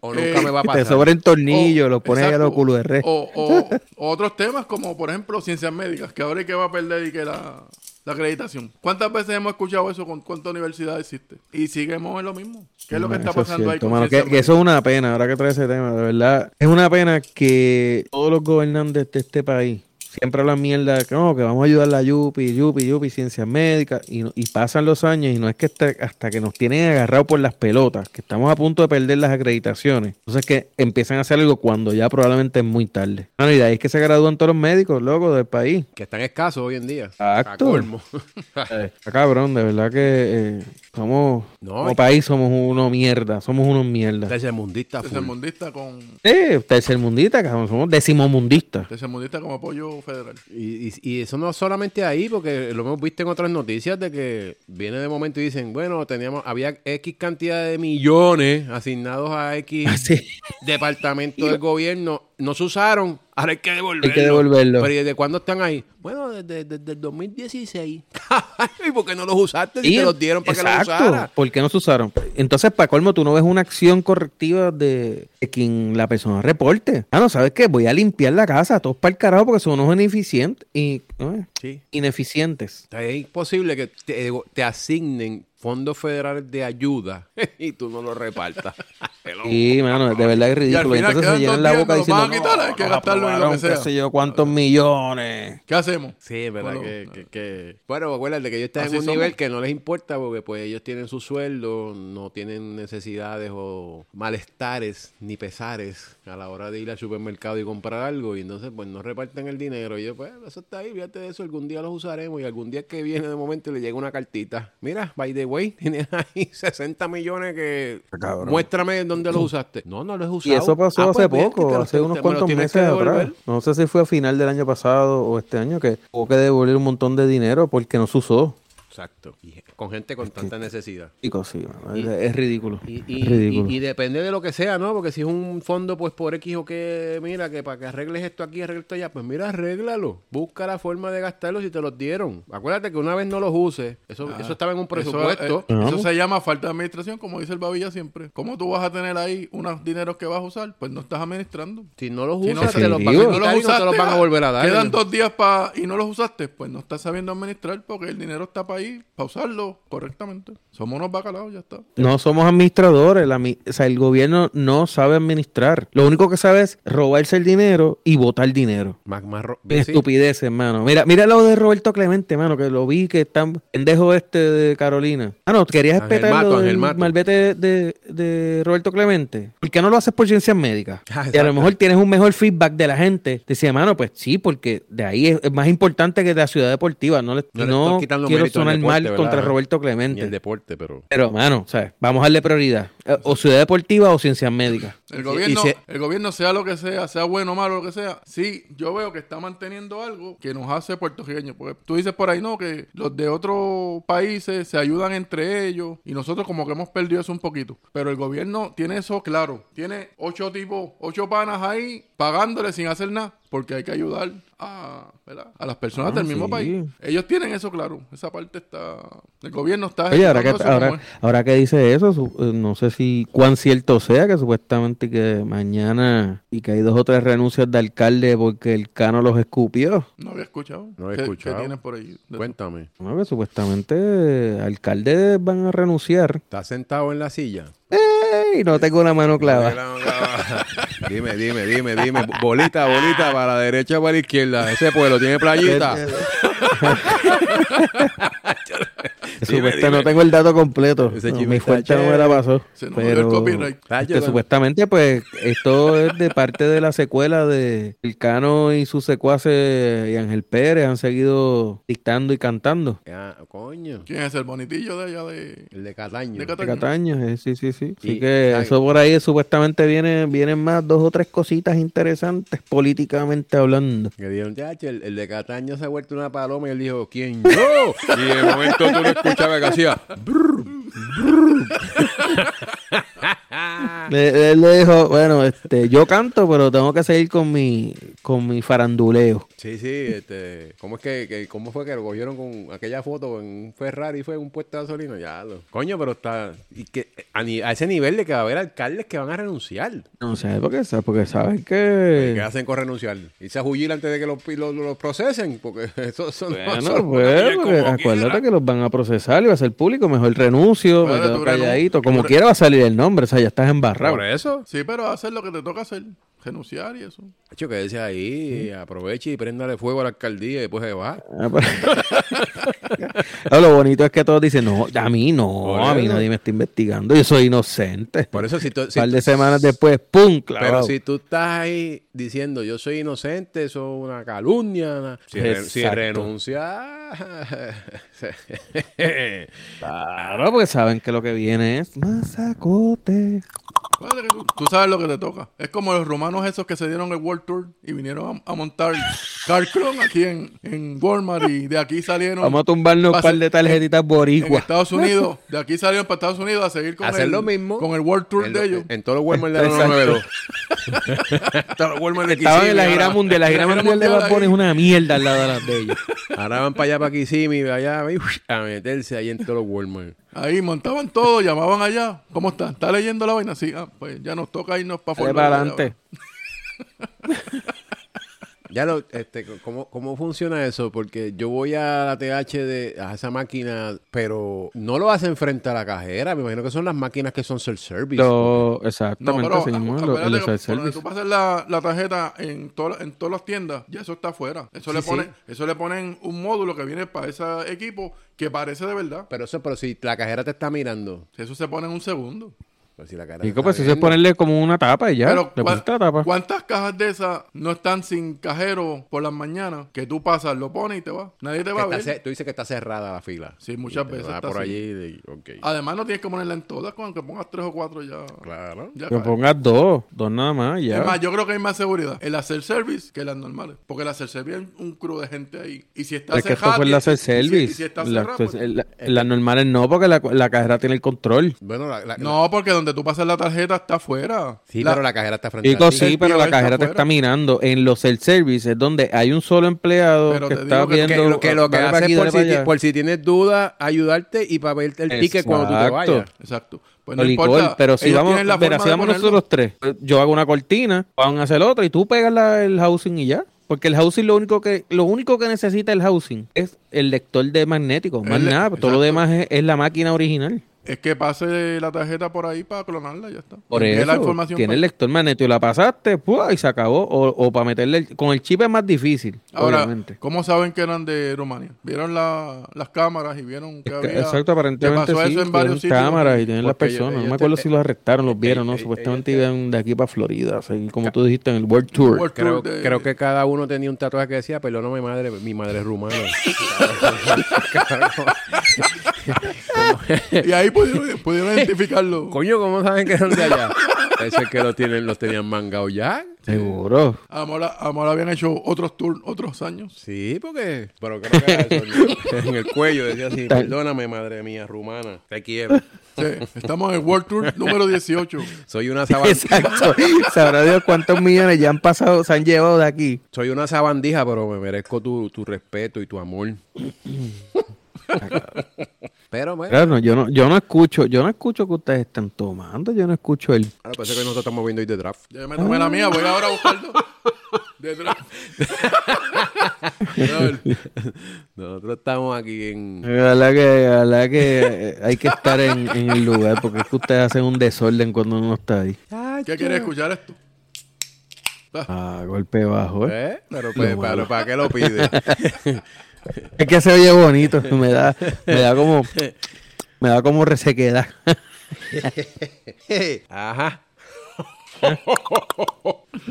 Speaker 1: O
Speaker 2: Eh,
Speaker 1: nunca me va a
Speaker 3: te
Speaker 1: pasar.
Speaker 3: sobren tornillos,
Speaker 2: O-
Speaker 1: Oh,
Speaker 3: los pones ahí a los
Speaker 2: exacto.
Speaker 3: culos de res.
Speaker 2: O, o- o otros temas como, por ejemplo, ciencias médicas, que ahora es que va a perder y que la, la acreditación. ¿Cuántas veces hemos escuchado eso? ¿Con cuántas universidades existe? Y seguimos en lo mismo. ¿Qué es lo que
Speaker 3: Eso
Speaker 2: está
Speaker 3: es
Speaker 2: pasando ahí
Speaker 3: cierto,
Speaker 2: con
Speaker 3: mano, que,
Speaker 2: ciencias
Speaker 3: que eso
Speaker 2: médicas?
Speaker 3: es una pena, ahora que trae ese tema, de verdad. Es una pena que todos los gobernantes de este país siempre hablan mierda, que no, que vamos a ayudar a la Yupi, Yupi, Yupi, ciencias médicas, y, no- y pasan los años y no es que hasta, hasta que nos tienen agarrados por las pelotas, que estamos a punto de perder las acreditaciones. Entonces que empiezan a hacer algo cuando ya probablemente es muy tarde. Mano, y de ahí es que se gradúan todos los médicos, loco, del país.
Speaker 1: Que están escasos hoy en día.
Speaker 3: Exacto.
Speaker 1: A colmo.
Speaker 3: Está cabrón, de verdad que eh, somos,
Speaker 1: Eh. No, y-
Speaker 3: como país somos uno mierda, somos unos mierda.
Speaker 1: Tercermundista full.
Speaker 2: Tercermundista con...
Speaker 3: Eh, tercermundista, cabrón, somos decimomundistas.
Speaker 2: Tercermundista como apoyo federal.
Speaker 1: Y, y- y eso no es solamente ahí, porque lo hemos visto en otras noticias de que viene de momento y dicen, bueno, teníamos, había X cantidad de millones asignados a X
Speaker 3: Así.
Speaker 1: departamento del gobierno, Ah, no se usaron, ahora hay que devolverlo.
Speaker 3: Hay que devolverlo.
Speaker 1: Pero ¿y desde cuándo están ahí? Bueno, desde, desde el 2016. ¿Y por qué no los usaste? Si
Speaker 3: Sí,
Speaker 1: te los dieron para que los
Speaker 3: exacto.
Speaker 1: usaras.
Speaker 3: ¿Por qué no se usaron? Entonces, para colmo, tú no ves una acción correctiva de, de quien la persona reporte. Ah, no, ¿sabes qué? Voy a limpiar la casa, todos para el carajo, porque son unos ineficientes. Y, ¿no es?
Speaker 1: Sí.
Speaker 3: Ineficientes.
Speaker 1: Es imposible que te, te asignen fondos federales de ayuda y tú no los repartas. Hello.
Speaker 3: Sí, mano, de verdad es
Speaker 2: Y al
Speaker 3: ridículo. Y
Speaker 2: final
Speaker 3: entonces se
Speaker 2: quedan
Speaker 3: llenan
Speaker 2: dos
Speaker 3: la
Speaker 2: días,
Speaker 3: boca
Speaker 2: nos los
Speaker 3: diciendo,
Speaker 2: van a quitar,
Speaker 3: "No,
Speaker 2: hay que
Speaker 3: nos
Speaker 2: gastarlo en lo que
Speaker 3: aprobaron,
Speaker 2: sea".
Speaker 3: qué sé yo, cuántos millones.
Speaker 2: ¿Qué hacemos?
Speaker 1: Sí, es verdad
Speaker 2: Bueno,
Speaker 1: que,
Speaker 2: eh.
Speaker 1: que- que- Bueno, acuérdate que ellos están
Speaker 2: Así
Speaker 1: en un
Speaker 2: somos.
Speaker 1: nivel que no les importa porque pues ellos tienen su sueldo, no tienen necesidades o malestares ni pesares a la hora de ir al supermercado y comprar algo y entonces pues no reparten el dinero. Y yo pues eso está ahí, fíjate de eso, algún día los usaremos y algún día que viene de momento le llega una cartita. Mira, by the way, tienes ahí 60 millones que...
Speaker 3: Ah, Cabrón.
Speaker 1: Muéstrame dónde los usaste. No, no los he
Speaker 3: Y
Speaker 1: usado.
Speaker 3: eso pasó
Speaker 1: Ah, pues,
Speaker 3: hace
Speaker 1: ven, que te
Speaker 3: poco,
Speaker 1: los-
Speaker 3: hace unos
Speaker 1: te- me los
Speaker 3: cuantos
Speaker 1: tienes que
Speaker 3: meses atrás.
Speaker 1: devolver.
Speaker 3: No sé si fue a final del año pasado o este año que hubo que devolver un montón de dinero porque no se usó.
Speaker 1: Exacto. Y con gente con tanta necesidad.
Speaker 3: Chico, sí, mano, es, es ridículo.
Speaker 1: Y,
Speaker 3: es
Speaker 1: y,
Speaker 3: ridículo.
Speaker 1: y- y depende de lo que sea, ¿no? Porque si es un fondo, pues por X o que, mira, que para que arregles esto aquí, arregles esto allá, pues mira, arréglalo. Busca la forma de gastarlo si te los dieron. Acuérdate que una vez no los uses, eso, Ah, eso estaba en un presupuesto.
Speaker 2: Ah, Eso, eh, eso
Speaker 3: Ajá.
Speaker 2: se llama falta de administración, como dice el Babilla siempre. ¿Cómo tú vas a tener ahí unos dineros que vas a usar? Pues no estás administrando.
Speaker 1: si no los
Speaker 2: Si
Speaker 1: usas,
Speaker 2: no,
Speaker 1: te los van a
Speaker 3: definitivo.
Speaker 1: quitar y no te los van a
Speaker 2: ah,
Speaker 1: volver a dar.
Speaker 2: Quedan dos días para y no los usaste, pues no estás sabiendo administrar porque el dinero está para ahí ahí, pausarlo correctamente. Somos unos bacalaos, ya está.
Speaker 3: No somos administradores, la mi- o sea, el gobierno no sabe administrar. Lo único que sabe es robarse el dinero y votar dinero.
Speaker 1: Más, más ro- Pues sí.
Speaker 3: Estupidez, hermano. Mira, mira lo de Roberto Clemente, hermano, que lo vi que está pendejo este de Carolina. Ah, no, querías
Speaker 1: Ángel
Speaker 3: respetar
Speaker 1: Mato,
Speaker 3: lo
Speaker 1: Ángel
Speaker 3: del
Speaker 1: Mato.
Speaker 3: malvete de, de Roberto Clemente. ¿Por qué no lo haces por ciencias médicas?
Speaker 1: Ah,
Speaker 3: y a
Speaker 1: exacto.
Speaker 3: lo mejor tienes un mejor feedback de la gente. Decía, hermano, pues sí, porque de ahí es, es más importante que de la ciudad deportiva. No, le,
Speaker 1: No le
Speaker 3: no
Speaker 1: estoy quitando
Speaker 3: quiero
Speaker 1: mérito al
Speaker 3: sonar
Speaker 1: deporte,
Speaker 3: mal
Speaker 1: ¿verdad?
Speaker 3: contra
Speaker 1: Ajá.
Speaker 3: Roberto
Speaker 1: Ni el
Speaker 3: Clemente.
Speaker 1: deporte, pero...
Speaker 3: Pero, mano, ¿sabes? vamos a darle prioridad. Eh, O ciudad deportiva o ciencias médicas.
Speaker 2: El
Speaker 1: Y-
Speaker 2: gobierno,
Speaker 1: y se-
Speaker 2: el gobierno sea lo que sea, sea bueno o malo, lo que sea. Sí, yo veo que está manteniendo algo que nos hace puertorriqueños. Porque tú dices por ahí, no, que los de otros países se ayudan entre ellos y nosotros como que hemos perdido eso un poquito. Pero el gobierno tiene eso claro. Tiene ocho tipos, ocho panas ahí pagándole sin hacer nada. Porque hay que ayudar a, ¿verdad? a las personas
Speaker 3: Ah,
Speaker 2: del mismo
Speaker 3: sí.
Speaker 2: país. Ellos tienen eso claro. Esa parte está... El gobierno está...
Speaker 3: Oye, ahora que,
Speaker 2: ejecutando eso
Speaker 3: ahora,
Speaker 2: como es.
Speaker 3: ahora que dice eso, su- eh, no sé si cuán cierto sea que supuestamente que mañana y que hay dos o tres renuncias de alcalde porque el Cano los escupió.
Speaker 2: No había escuchado.
Speaker 1: No había
Speaker 2: ¿Qué-
Speaker 1: escuchado.
Speaker 2: ¿Qué tienes por ahí? De-
Speaker 1: Cuéntame.
Speaker 3: No, que supuestamente eh, alcaldes van a renunciar.
Speaker 1: ¿Estás sentado en la silla?
Speaker 3: ¡Ey! No tengo una mano clava.
Speaker 1: dime, dime, dime, dime. Bolita, bolita, para la derecha, para la izquierda. Ese pueblo tiene playita.
Speaker 3: Que
Speaker 1: Dime,
Speaker 3: supuesta-
Speaker 1: dime.
Speaker 3: no tengo el dato completo.
Speaker 1: Ese
Speaker 3: No,
Speaker 1: chisme
Speaker 3: mi
Speaker 1: está
Speaker 3: fuente no me
Speaker 1: chévere.
Speaker 3: la pasó.
Speaker 2: Se nos murió el
Speaker 3: pero
Speaker 2: copyright.
Speaker 1: Está
Speaker 3: este,
Speaker 1: llegando.
Speaker 3: supuestamente, pues, esto es de parte de la secuela de El Cano y sus secuaces y Ángel Pérez han seguido dictando y cantando.
Speaker 1: Ah, coño.
Speaker 2: ¿Quién es el bonitillo de allá de...?
Speaker 1: El de Cataño.
Speaker 2: De Cataño.
Speaker 3: De Cataño, eh, sí, sí, sí. Así
Speaker 1: Y-
Speaker 3: que
Speaker 1: ay.
Speaker 3: eso por ahí supuestamente viene, vienen más dos o tres cositas interesantes políticamente hablando.
Speaker 1: Que dijeron, "Chacho, el, el de Cataño se ha vuelto una paloma y él dijo, ¿quién yo? Y de momento tú no escuchabas que hacía.
Speaker 3: Le- Él le dijo, bueno, este, yo canto, pero tengo que seguir con mi, con mi faranduleo.
Speaker 1: Sí, sí, este, ¿cómo es que, que- cómo fue que lo cogieron con aquella foto en un Ferrari fue en un puesto de gasolina? Ya, lo- coño, pero está y que a, ni- a ese nivel de que va a haber alcaldes que van a renunciar.
Speaker 3: No sé, porque, sa- porque saben que...
Speaker 1: ¿Qué hacen con renunciar? Irse a huir antes de que los los- los procesen, porque eso, eso no- eso
Speaker 3: Bueno,
Speaker 1: no-
Speaker 3: pues, porque acuérdate que los van a procesar y va a ser público. Mejor renuncio, me
Speaker 2: Claro,
Speaker 3: quedo
Speaker 2: tú renun-
Speaker 3: calladito. Como
Speaker 2: tú re-
Speaker 3: quiera va a salir el nombre, o sea, ya estás embarrado.
Speaker 1: Por eso.
Speaker 2: Sí, pero hacer lo que te toca hacer. Renunciar y eso.
Speaker 1: Hecho, quédese ahí, aproveche y prendale fuego a la alcaldía y después se va.
Speaker 3: Ah, pero- No, lo bonito es que todos dicen, no, a mí no,
Speaker 1: Por
Speaker 3: a mí
Speaker 1: eso.
Speaker 3: nadie me está investigando, yo soy inocente.
Speaker 1: Por eso si tú...
Speaker 3: Un
Speaker 1: si
Speaker 3: par
Speaker 1: tú-
Speaker 3: de semanas después, ¡pum!
Speaker 1: Pero
Speaker 3: clavado.
Speaker 1: si tú estás ahí diciendo yo soy inocente, eso es una calumnia. na- Si, re- si
Speaker 3: Exacto.
Speaker 1: renuncia.
Speaker 3: Claro, porque saben que lo que viene es masacote.
Speaker 2: Acuérdate que tú, tú sabes lo que te toca. Es como los romanos esos que se dieron el World Tour y vinieron a, a montar Carcron aquí en, en Walmart y de aquí salieron.
Speaker 3: Vamos a tumbarnos
Speaker 2: Va
Speaker 3: un
Speaker 2: a
Speaker 3: par
Speaker 2: ser-
Speaker 3: de tarjetitas
Speaker 2: en
Speaker 3: boricuas.
Speaker 2: Estados Unidos, de aquí salieron para Estados Unidos a seguir con,
Speaker 1: Hacer
Speaker 2: el,
Speaker 1: lo mismo.
Speaker 2: con el World Tour
Speaker 1: en,
Speaker 2: de
Speaker 1: lo-
Speaker 2: ellos.
Speaker 1: en todos los Walmart de la
Speaker 3: Exacto.
Speaker 1: 992. todos los Walmart de
Speaker 3: Estaban en la
Speaker 1: Kissimmee,
Speaker 3: gira
Speaker 1: ahora-
Speaker 3: mundial, la
Speaker 2: la
Speaker 3: gira
Speaker 2: gira
Speaker 3: mundial de
Speaker 2: mundial
Speaker 3: Bad Bunny es
Speaker 2: ahí.
Speaker 3: una mierda al lado de las de ellos.
Speaker 1: Ahora van para allá, para Kissimmee, para allá, y, a meterse ahí en todos los Walmart.
Speaker 2: Ahí montaban todo, llamaban allá. ¿Cómo están? ¿Está leyendo la vaina? Sí, ah, pues ya nos toca irnos para
Speaker 3: Dale para adelante.
Speaker 1: Ya lo, este, ¿cómo, ¿cómo funciona eso? Porque yo voy a la TH de a esa máquina, pero no lo hacen frente a la cajera. Me imagino que son las máquinas que son self-service.
Speaker 3: Lo,
Speaker 2: No,
Speaker 3: exactamente,
Speaker 2: pero
Speaker 3: así mismo,
Speaker 2: acu-
Speaker 3: lo- el
Speaker 2: acuérdate que por donde
Speaker 3: self-service.
Speaker 2: tú pasas la, la tarjeta en, todas en todas las tiendas, ya eso está afuera. Eso, le
Speaker 1: Sí,
Speaker 2: ponen,
Speaker 1: sí.
Speaker 2: eso le ponen un módulo que viene para ese equipo que parece de verdad.
Speaker 1: Pero eso, pero si la cajera te está mirando.
Speaker 2: Eso se pone en un segundo.
Speaker 1: Pero si la cajera te
Speaker 3: Chico,
Speaker 1: está
Speaker 3: pues eso es
Speaker 1: viendo.
Speaker 3: ponerle como una tapa y ya.
Speaker 2: Pero
Speaker 3: le
Speaker 2: ¿cuá-
Speaker 3: pusiste la tapa.
Speaker 2: ¿cuántas cajas de esas no están sin cajero por las mañanas? Que tú pasas, lo pones y te vas. Nadie te
Speaker 1: Que
Speaker 2: va a
Speaker 1: está
Speaker 2: ver.
Speaker 1: ce- tú dices que está cerrada la fila.
Speaker 2: Sí, muchas
Speaker 1: Y te
Speaker 2: veces
Speaker 1: vas
Speaker 2: está
Speaker 1: por
Speaker 2: así.
Speaker 1: allí y- ok.
Speaker 2: Además no tienes que ponerla en todas, con que pongas tres o cuatro ya.
Speaker 1: Claro.
Speaker 2: ya
Speaker 3: Que
Speaker 2: cae.
Speaker 3: pongas dos, dos nada más, ya.
Speaker 2: Es más, yo creo que hay más seguridad en la self-service que en las normales. Porque la self-service hay un crew de gente ahí. Y si está
Speaker 3: es que esto
Speaker 2: cerrada,
Speaker 3: fue en
Speaker 2: tiene-
Speaker 3: la self
Speaker 2: y si- y
Speaker 3: service.
Speaker 2: si está
Speaker 3: La-
Speaker 2: cerrada,
Speaker 3: pues,
Speaker 2: pues-
Speaker 3: el- las normales no, porque la, la cajera tiene el control.
Speaker 1: Bueno, la, la- la-
Speaker 2: No, porque donde tú pasas la tarjeta está afuera.
Speaker 1: sí,
Speaker 2: La-
Speaker 1: pero la cajera está frente a
Speaker 3: Chicos,
Speaker 1: ti.
Speaker 3: sí,
Speaker 2: El
Speaker 3: pero la
Speaker 2: POS está
Speaker 3: cajera te
Speaker 2: afuera.
Speaker 3: está mirando. En los self service es donde hay un solo empleado
Speaker 2: Pero
Speaker 3: que
Speaker 2: te
Speaker 3: está
Speaker 2: digo que-
Speaker 1: Que
Speaker 3: viendo.
Speaker 1: lo que, lo que
Speaker 3: dale para
Speaker 1: hace
Speaker 3: aquí,
Speaker 1: es por,
Speaker 3: dale para
Speaker 1: si, ti-
Speaker 3: allá.
Speaker 1: por si tienes dudas, ayudarte y para verte el ticket cuando tú te
Speaker 3: Exacto.
Speaker 1: vayas.
Speaker 2: Exacto. Pues no
Speaker 3: Pero licor,
Speaker 2: importa.
Speaker 3: pero si
Speaker 2: Ellos
Speaker 3: vamos,
Speaker 2: tienen la
Speaker 3: verá,
Speaker 2: forma
Speaker 3: si
Speaker 2: de
Speaker 3: vamos
Speaker 2: ponerlo.
Speaker 3: nosotros tres, yo hago una cortina, van a hacer otra y tú pegas la- el housing y ya. Porque el housing lo único que lo único que necesita el housing es el lector de magnético, más
Speaker 2: El le-
Speaker 3: nada, todo
Speaker 2: exacto.
Speaker 3: lo demás es, es la máquina original.
Speaker 2: Es que pase la tarjeta por ahí para clonarla, ya está.
Speaker 3: Por
Speaker 2: Envíe
Speaker 3: eso,
Speaker 2: la información
Speaker 3: tiene
Speaker 2: para-
Speaker 3: el lector magnético, la pasaste ¡pua! y se acabó. O, o para meterle... el- con el chip es más difícil,
Speaker 2: Ahora,
Speaker 3: obviamente.
Speaker 2: ¿cómo saben que eran de Rumania? Vieron la- las cámaras y vieron que
Speaker 3: Es que-
Speaker 2: había...
Speaker 3: Exacto, aparentemente
Speaker 2: que pasó
Speaker 3: sí,
Speaker 2: eso en varios
Speaker 3: tienen
Speaker 2: sitios. pues,
Speaker 3: cámaras y tienen las
Speaker 1: Porque ellos-
Speaker 3: personas. no
Speaker 1: ellos
Speaker 3: me acuerdo
Speaker 1: te-
Speaker 3: si los arrestaron,
Speaker 2: eh,
Speaker 3: los vieron, ¿no?
Speaker 1: ellos-
Speaker 3: Supuestamente
Speaker 1: ellos te-
Speaker 3: iban de aquí para Florida, así como tú dijiste, en el World Tour.
Speaker 2: World
Speaker 1: Creo,
Speaker 2: Tour de-
Speaker 1: creo que cada uno tenía un tatuaje que decía, perdóname mi madre, mi madre es rumana.
Speaker 2: Y ahí pudieron, pudieron identificarlo.
Speaker 1: Coño, ¿cómo saben que son de allá? Eso es que lo tienen, los tenían mangao ya.
Speaker 3: Seguro.
Speaker 2: A lo mejor- a lo mejor habían hecho otros tours, otros años.
Speaker 1: Sí, porque. Pero creo que era eso, en el cuello decía así:
Speaker 3: Tal-
Speaker 1: Perdóname, madre mía, rumana, te quiero.
Speaker 2: Sí, estamos en World Tour número 18.
Speaker 1: Soy una, saban-
Speaker 3: Exacto. Sabrá Dios cuántos millones ya han pasado, se han llevado de aquí.
Speaker 1: soy una sabandija, pero me merezco tu, tu respeto y tu amor. pero bueno,
Speaker 3: Claro, no, yo no, yo no escucho, yo no escucho que ustedes están tomando, yo no escucho el
Speaker 1: ahora parece que nosotros estamos viendo hoy de draft.
Speaker 2: Ya me tomé la mía, voy ahora a buscarlo. Detrás.
Speaker 1: Nosotros estamos aquí en.
Speaker 3: Ojalá que, ojalá que eh, hay que estar en, en el lugar, porque es que ustedes hacen un desorden cuando uno está ahí.
Speaker 2: ¿Qué quieres escuchar esto?
Speaker 3: Ah, golpe bajo, ¿eh?
Speaker 1: ¿Eh? Pero, pues, pero ¿para qué lo pides?
Speaker 3: Es que se oye bonito, me da, me da como, me da como resequedad.
Speaker 1: Ajá.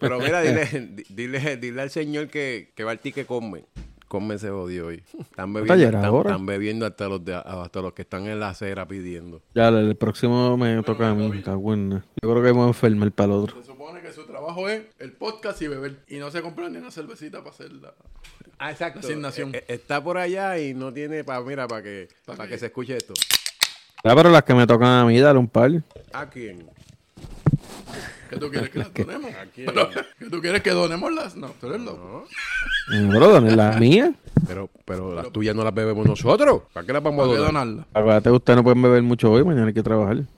Speaker 1: Pero mira, dile, di- dile, dile al señor que, que Barty que come. Come se jodió hoy. Están bebiendo,
Speaker 3: Taller
Speaker 1: están,
Speaker 3: ahora.
Speaker 1: están bebiendo hasta los de- hasta los que están en la acera pidiendo.
Speaker 3: Ya, el el próximo me toca a mí, cago en nada. Yo creo que me voy a enfermar para el otro.
Speaker 2: Se supone que su trabajo es el podcast y beber. Y no se compran ni una cervecita para hacerla.
Speaker 1: Ah, exacto.
Speaker 2: Asignación.
Speaker 1: Eh, eh, está por allá y no tiene para mira para que para que se escuche esto.
Speaker 3: Ah, pero las que me tocan a mí, dale un par.
Speaker 1: ¿A quién?
Speaker 2: ¿Qué tú quieres que las donemos? Pero, ¿Qué tú quieres que donemos las? No, tú eres loco.
Speaker 3: No, bro, dale las mías.
Speaker 1: Pero pero las tuyas no las bebemos nosotros. ¿Para qué las vamos
Speaker 2: ¿Para
Speaker 1: a
Speaker 2: qué
Speaker 1: donar?
Speaker 2: donarlas?
Speaker 3: Acuérdate, ustedes no pueden beber mucho hoy, mañana hay que trabajar.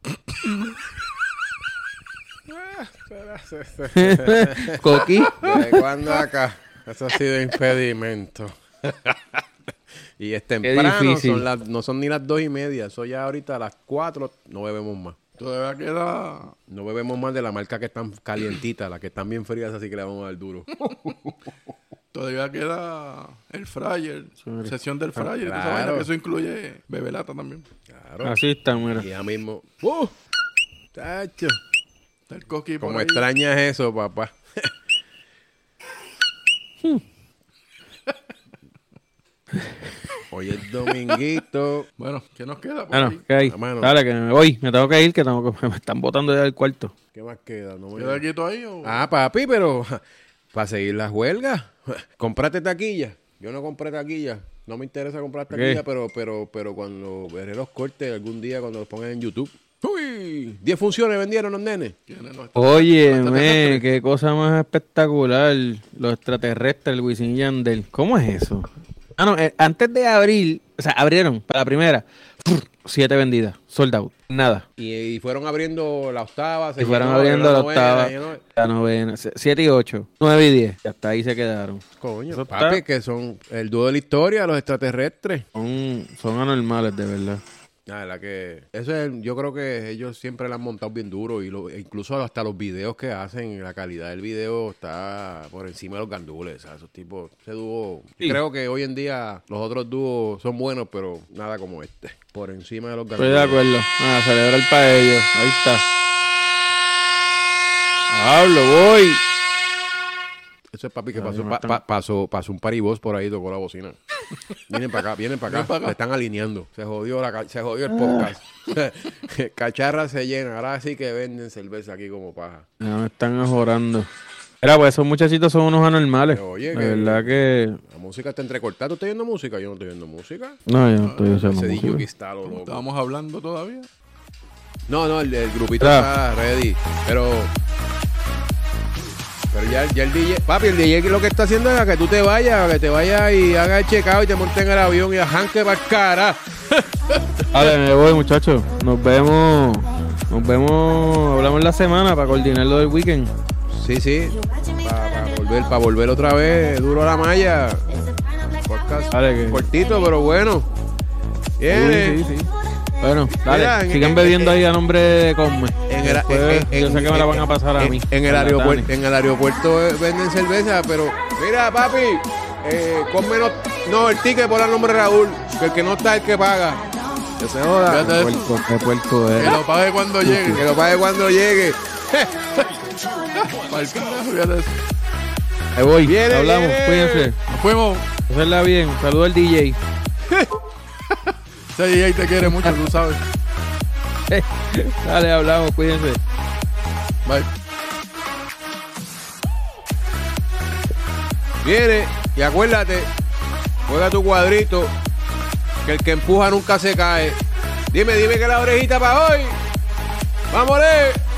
Speaker 3: Coqui.
Speaker 1: ¿Desde cuándo acá? Eso ha sido impedimento. y es temprano,
Speaker 3: difícil.
Speaker 1: son las- no son ni las dos y media. Eso ya ahorita a las cuatro no bebemos más.
Speaker 2: Todavía queda...
Speaker 1: No bebemos más de la marca que están calientitas, las que están bien frías, así que le vamos a dar duro.
Speaker 2: Todavía queda el Ah, fryer, sesión del fryer. y toda esa
Speaker 1: Claro.
Speaker 2: vaina, que eso incluye bebelata también. Ah,
Speaker 1: Claro.
Speaker 3: Así están, mira.
Speaker 1: Y ya mismo. ¡Uh! Tacho.
Speaker 2: Está el coqui por
Speaker 1: Como
Speaker 2: ahí.
Speaker 1: extrañas eso, papá. Hoy es dominguito.
Speaker 2: Bueno, ¿qué nos queda? Pues por
Speaker 3: Ah, no,
Speaker 2: ahí?
Speaker 3: ¿qué hay?
Speaker 1: La mano.
Speaker 3: Dale, que me voy, me tengo que ir, que tengo que- me están botando ya del cuarto.
Speaker 1: ¿Qué más queda? No me-
Speaker 2: ¿Queda quieto ahí o...?
Speaker 1: Ah, papi, pero para seguir las huelgas, comprate taquilla. Yo no compré taquilla. No me interesa comprar taquilla, pero, pero, pero cuando veré los cortes algún día cuando los pongan en YouTube. ¡Uy! 10 funciones vendieron los nenes.
Speaker 2: ¿Quiénes nos están-
Speaker 3: Óyeme, qué cosa más espectacular. Los extraterrestres, el Wisin y Yandel. ¿Cómo es eso? Ah, no, eh, antes de abrir, o sea, abrieron para la primera. ¡fur! Siete vendidas, sold out, nada.
Speaker 1: Y, y fueron abriendo la octava. se
Speaker 3: Se fueron
Speaker 1: llenó,
Speaker 3: abriendo la
Speaker 1: novena,
Speaker 3: octava,
Speaker 1: llenó-
Speaker 3: la novena, se- siete y ocho, nueve y diez. Y hasta ahí se quedaron.
Speaker 1: Coño,
Speaker 3: Eso está-
Speaker 1: papi, que son el dúo de la historia, los extraterrestres.
Speaker 3: Son, son anormales, de verdad.
Speaker 1: La verdad que eso es, yo creo que ellos siempre la han montado bien duro y lo, e incluso hasta los videos que hacen, la calidad del video está por encima de los gandules, o sea, esos tipos, ese dúo,
Speaker 3: Sí.
Speaker 1: creo que hoy en día los otros dúos son buenos, pero nada como este, por encima de los
Speaker 3: Estoy de
Speaker 1: gandules.
Speaker 3: acuerdo. A celebrar para ellos. Ahí está. Hablo, voy.
Speaker 1: Eso es papi que
Speaker 3: Ahí
Speaker 1: pasó,
Speaker 3: no
Speaker 1: pa-
Speaker 3: están.
Speaker 1: pa- pasó, pasó un paribos por ahí, tocó la bocina. Vienen para acá, vienen para acá, se están alineando, se jodió, la, ca- se jodió el podcast. Cacharra se llena, ahora sí que venden cerveza aquí como paja.
Speaker 3: Ya me están ajorando. Era, pues esos muchachitos son unos anormales.
Speaker 1: Pero, oye,
Speaker 3: de
Speaker 1: que-
Speaker 3: verdad que.
Speaker 1: La música está entrecortada. ¿Tú estás oyendo música? Yo no estoy oyendo música.
Speaker 3: No, yo no estoy usando
Speaker 1: Ese DJ que
Speaker 3: música.
Speaker 1: está lo loco.
Speaker 2: ¿Estábamos hablando todavía?
Speaker 1: No, no, el, el grupito
Speaker 3: Claro.
Speaker 1: está ready. Pero. Pero ya, ya el DJ. Papi, el DJ lo que está haciendo es a que tú te vayas, a que te vayas y haga el checado y te monten en el avión y arranque para cara.
Speaker 3: Vale, me voy, muchachos. Nos vemos. Nos vemos. Hablamos la semana para coordinar lo del weekend.
Speaker 1: Sí, sí.
Speaker 4: You watching me
Speaker 1: Para
Speaker 4: tryna
Speaker 1: coordinar volver, para volver otra vez, duro a la malla. Podcast
Speaker 3: Dale, que-
Speaker 1: cortito, pero bueno. Viene.
Speaker 3: Sí, sí, sí. Bueno, dale,
Speaker 1: Mira, en-
Speaker 3: sigan
Speaker 1: en-
Speaker 3: bebiendo
Speaker 1: en-
Speaker 3: ahí a nombre de Cosme.
Speaker 1: En el,
Speaker 3: Después,
Speaker 1: en- en-
Speaker 3: yo sé que me la van a pasar a
Speaker 1: en-
Speaker 3: mí.
Speaker 1: En el,
Speaker 3: Charlatanes.
Speaker 1: aeropuerto, en el aeropuerto eh, venden cerveza, pero mira, papi, eh, cómmenos- No, el ticket por el nombre de Raúl, que el que no está es el que paga. Que se joda.
Speaker 2: Fíjate eso.
Speaker 3: Puerco, qué puerco
Speaker 2: Que
Speaker 3: eres.
Speaker 2: lo pague cuando llegue.
Speaker 1: Que lo pague cuando llegue.
Speaker 2: Pa'l carajo, fíjate eso.
Speaker 3: Ahí voy.
Speaker 1: Viene,
Speaker 3: Hablamos,
Speaker 1: viene.
Speaker 3: cuídense.
Speaker 2: Nos fuimos.
Speaker 3: Hacerla bien. Saludo al DJ.
Speaker 2: Ese DJ te quiere mucho, tú sabes.
Speaker 3: Dale, hablamos, cuídense.
Speaker 2: Bye.
Speaker 1: Viene, y acuérdate, juega tu cuadrito, que el que empuja nunca se cae. Dime, dime que la orejita para hoy. ¡Vámonos!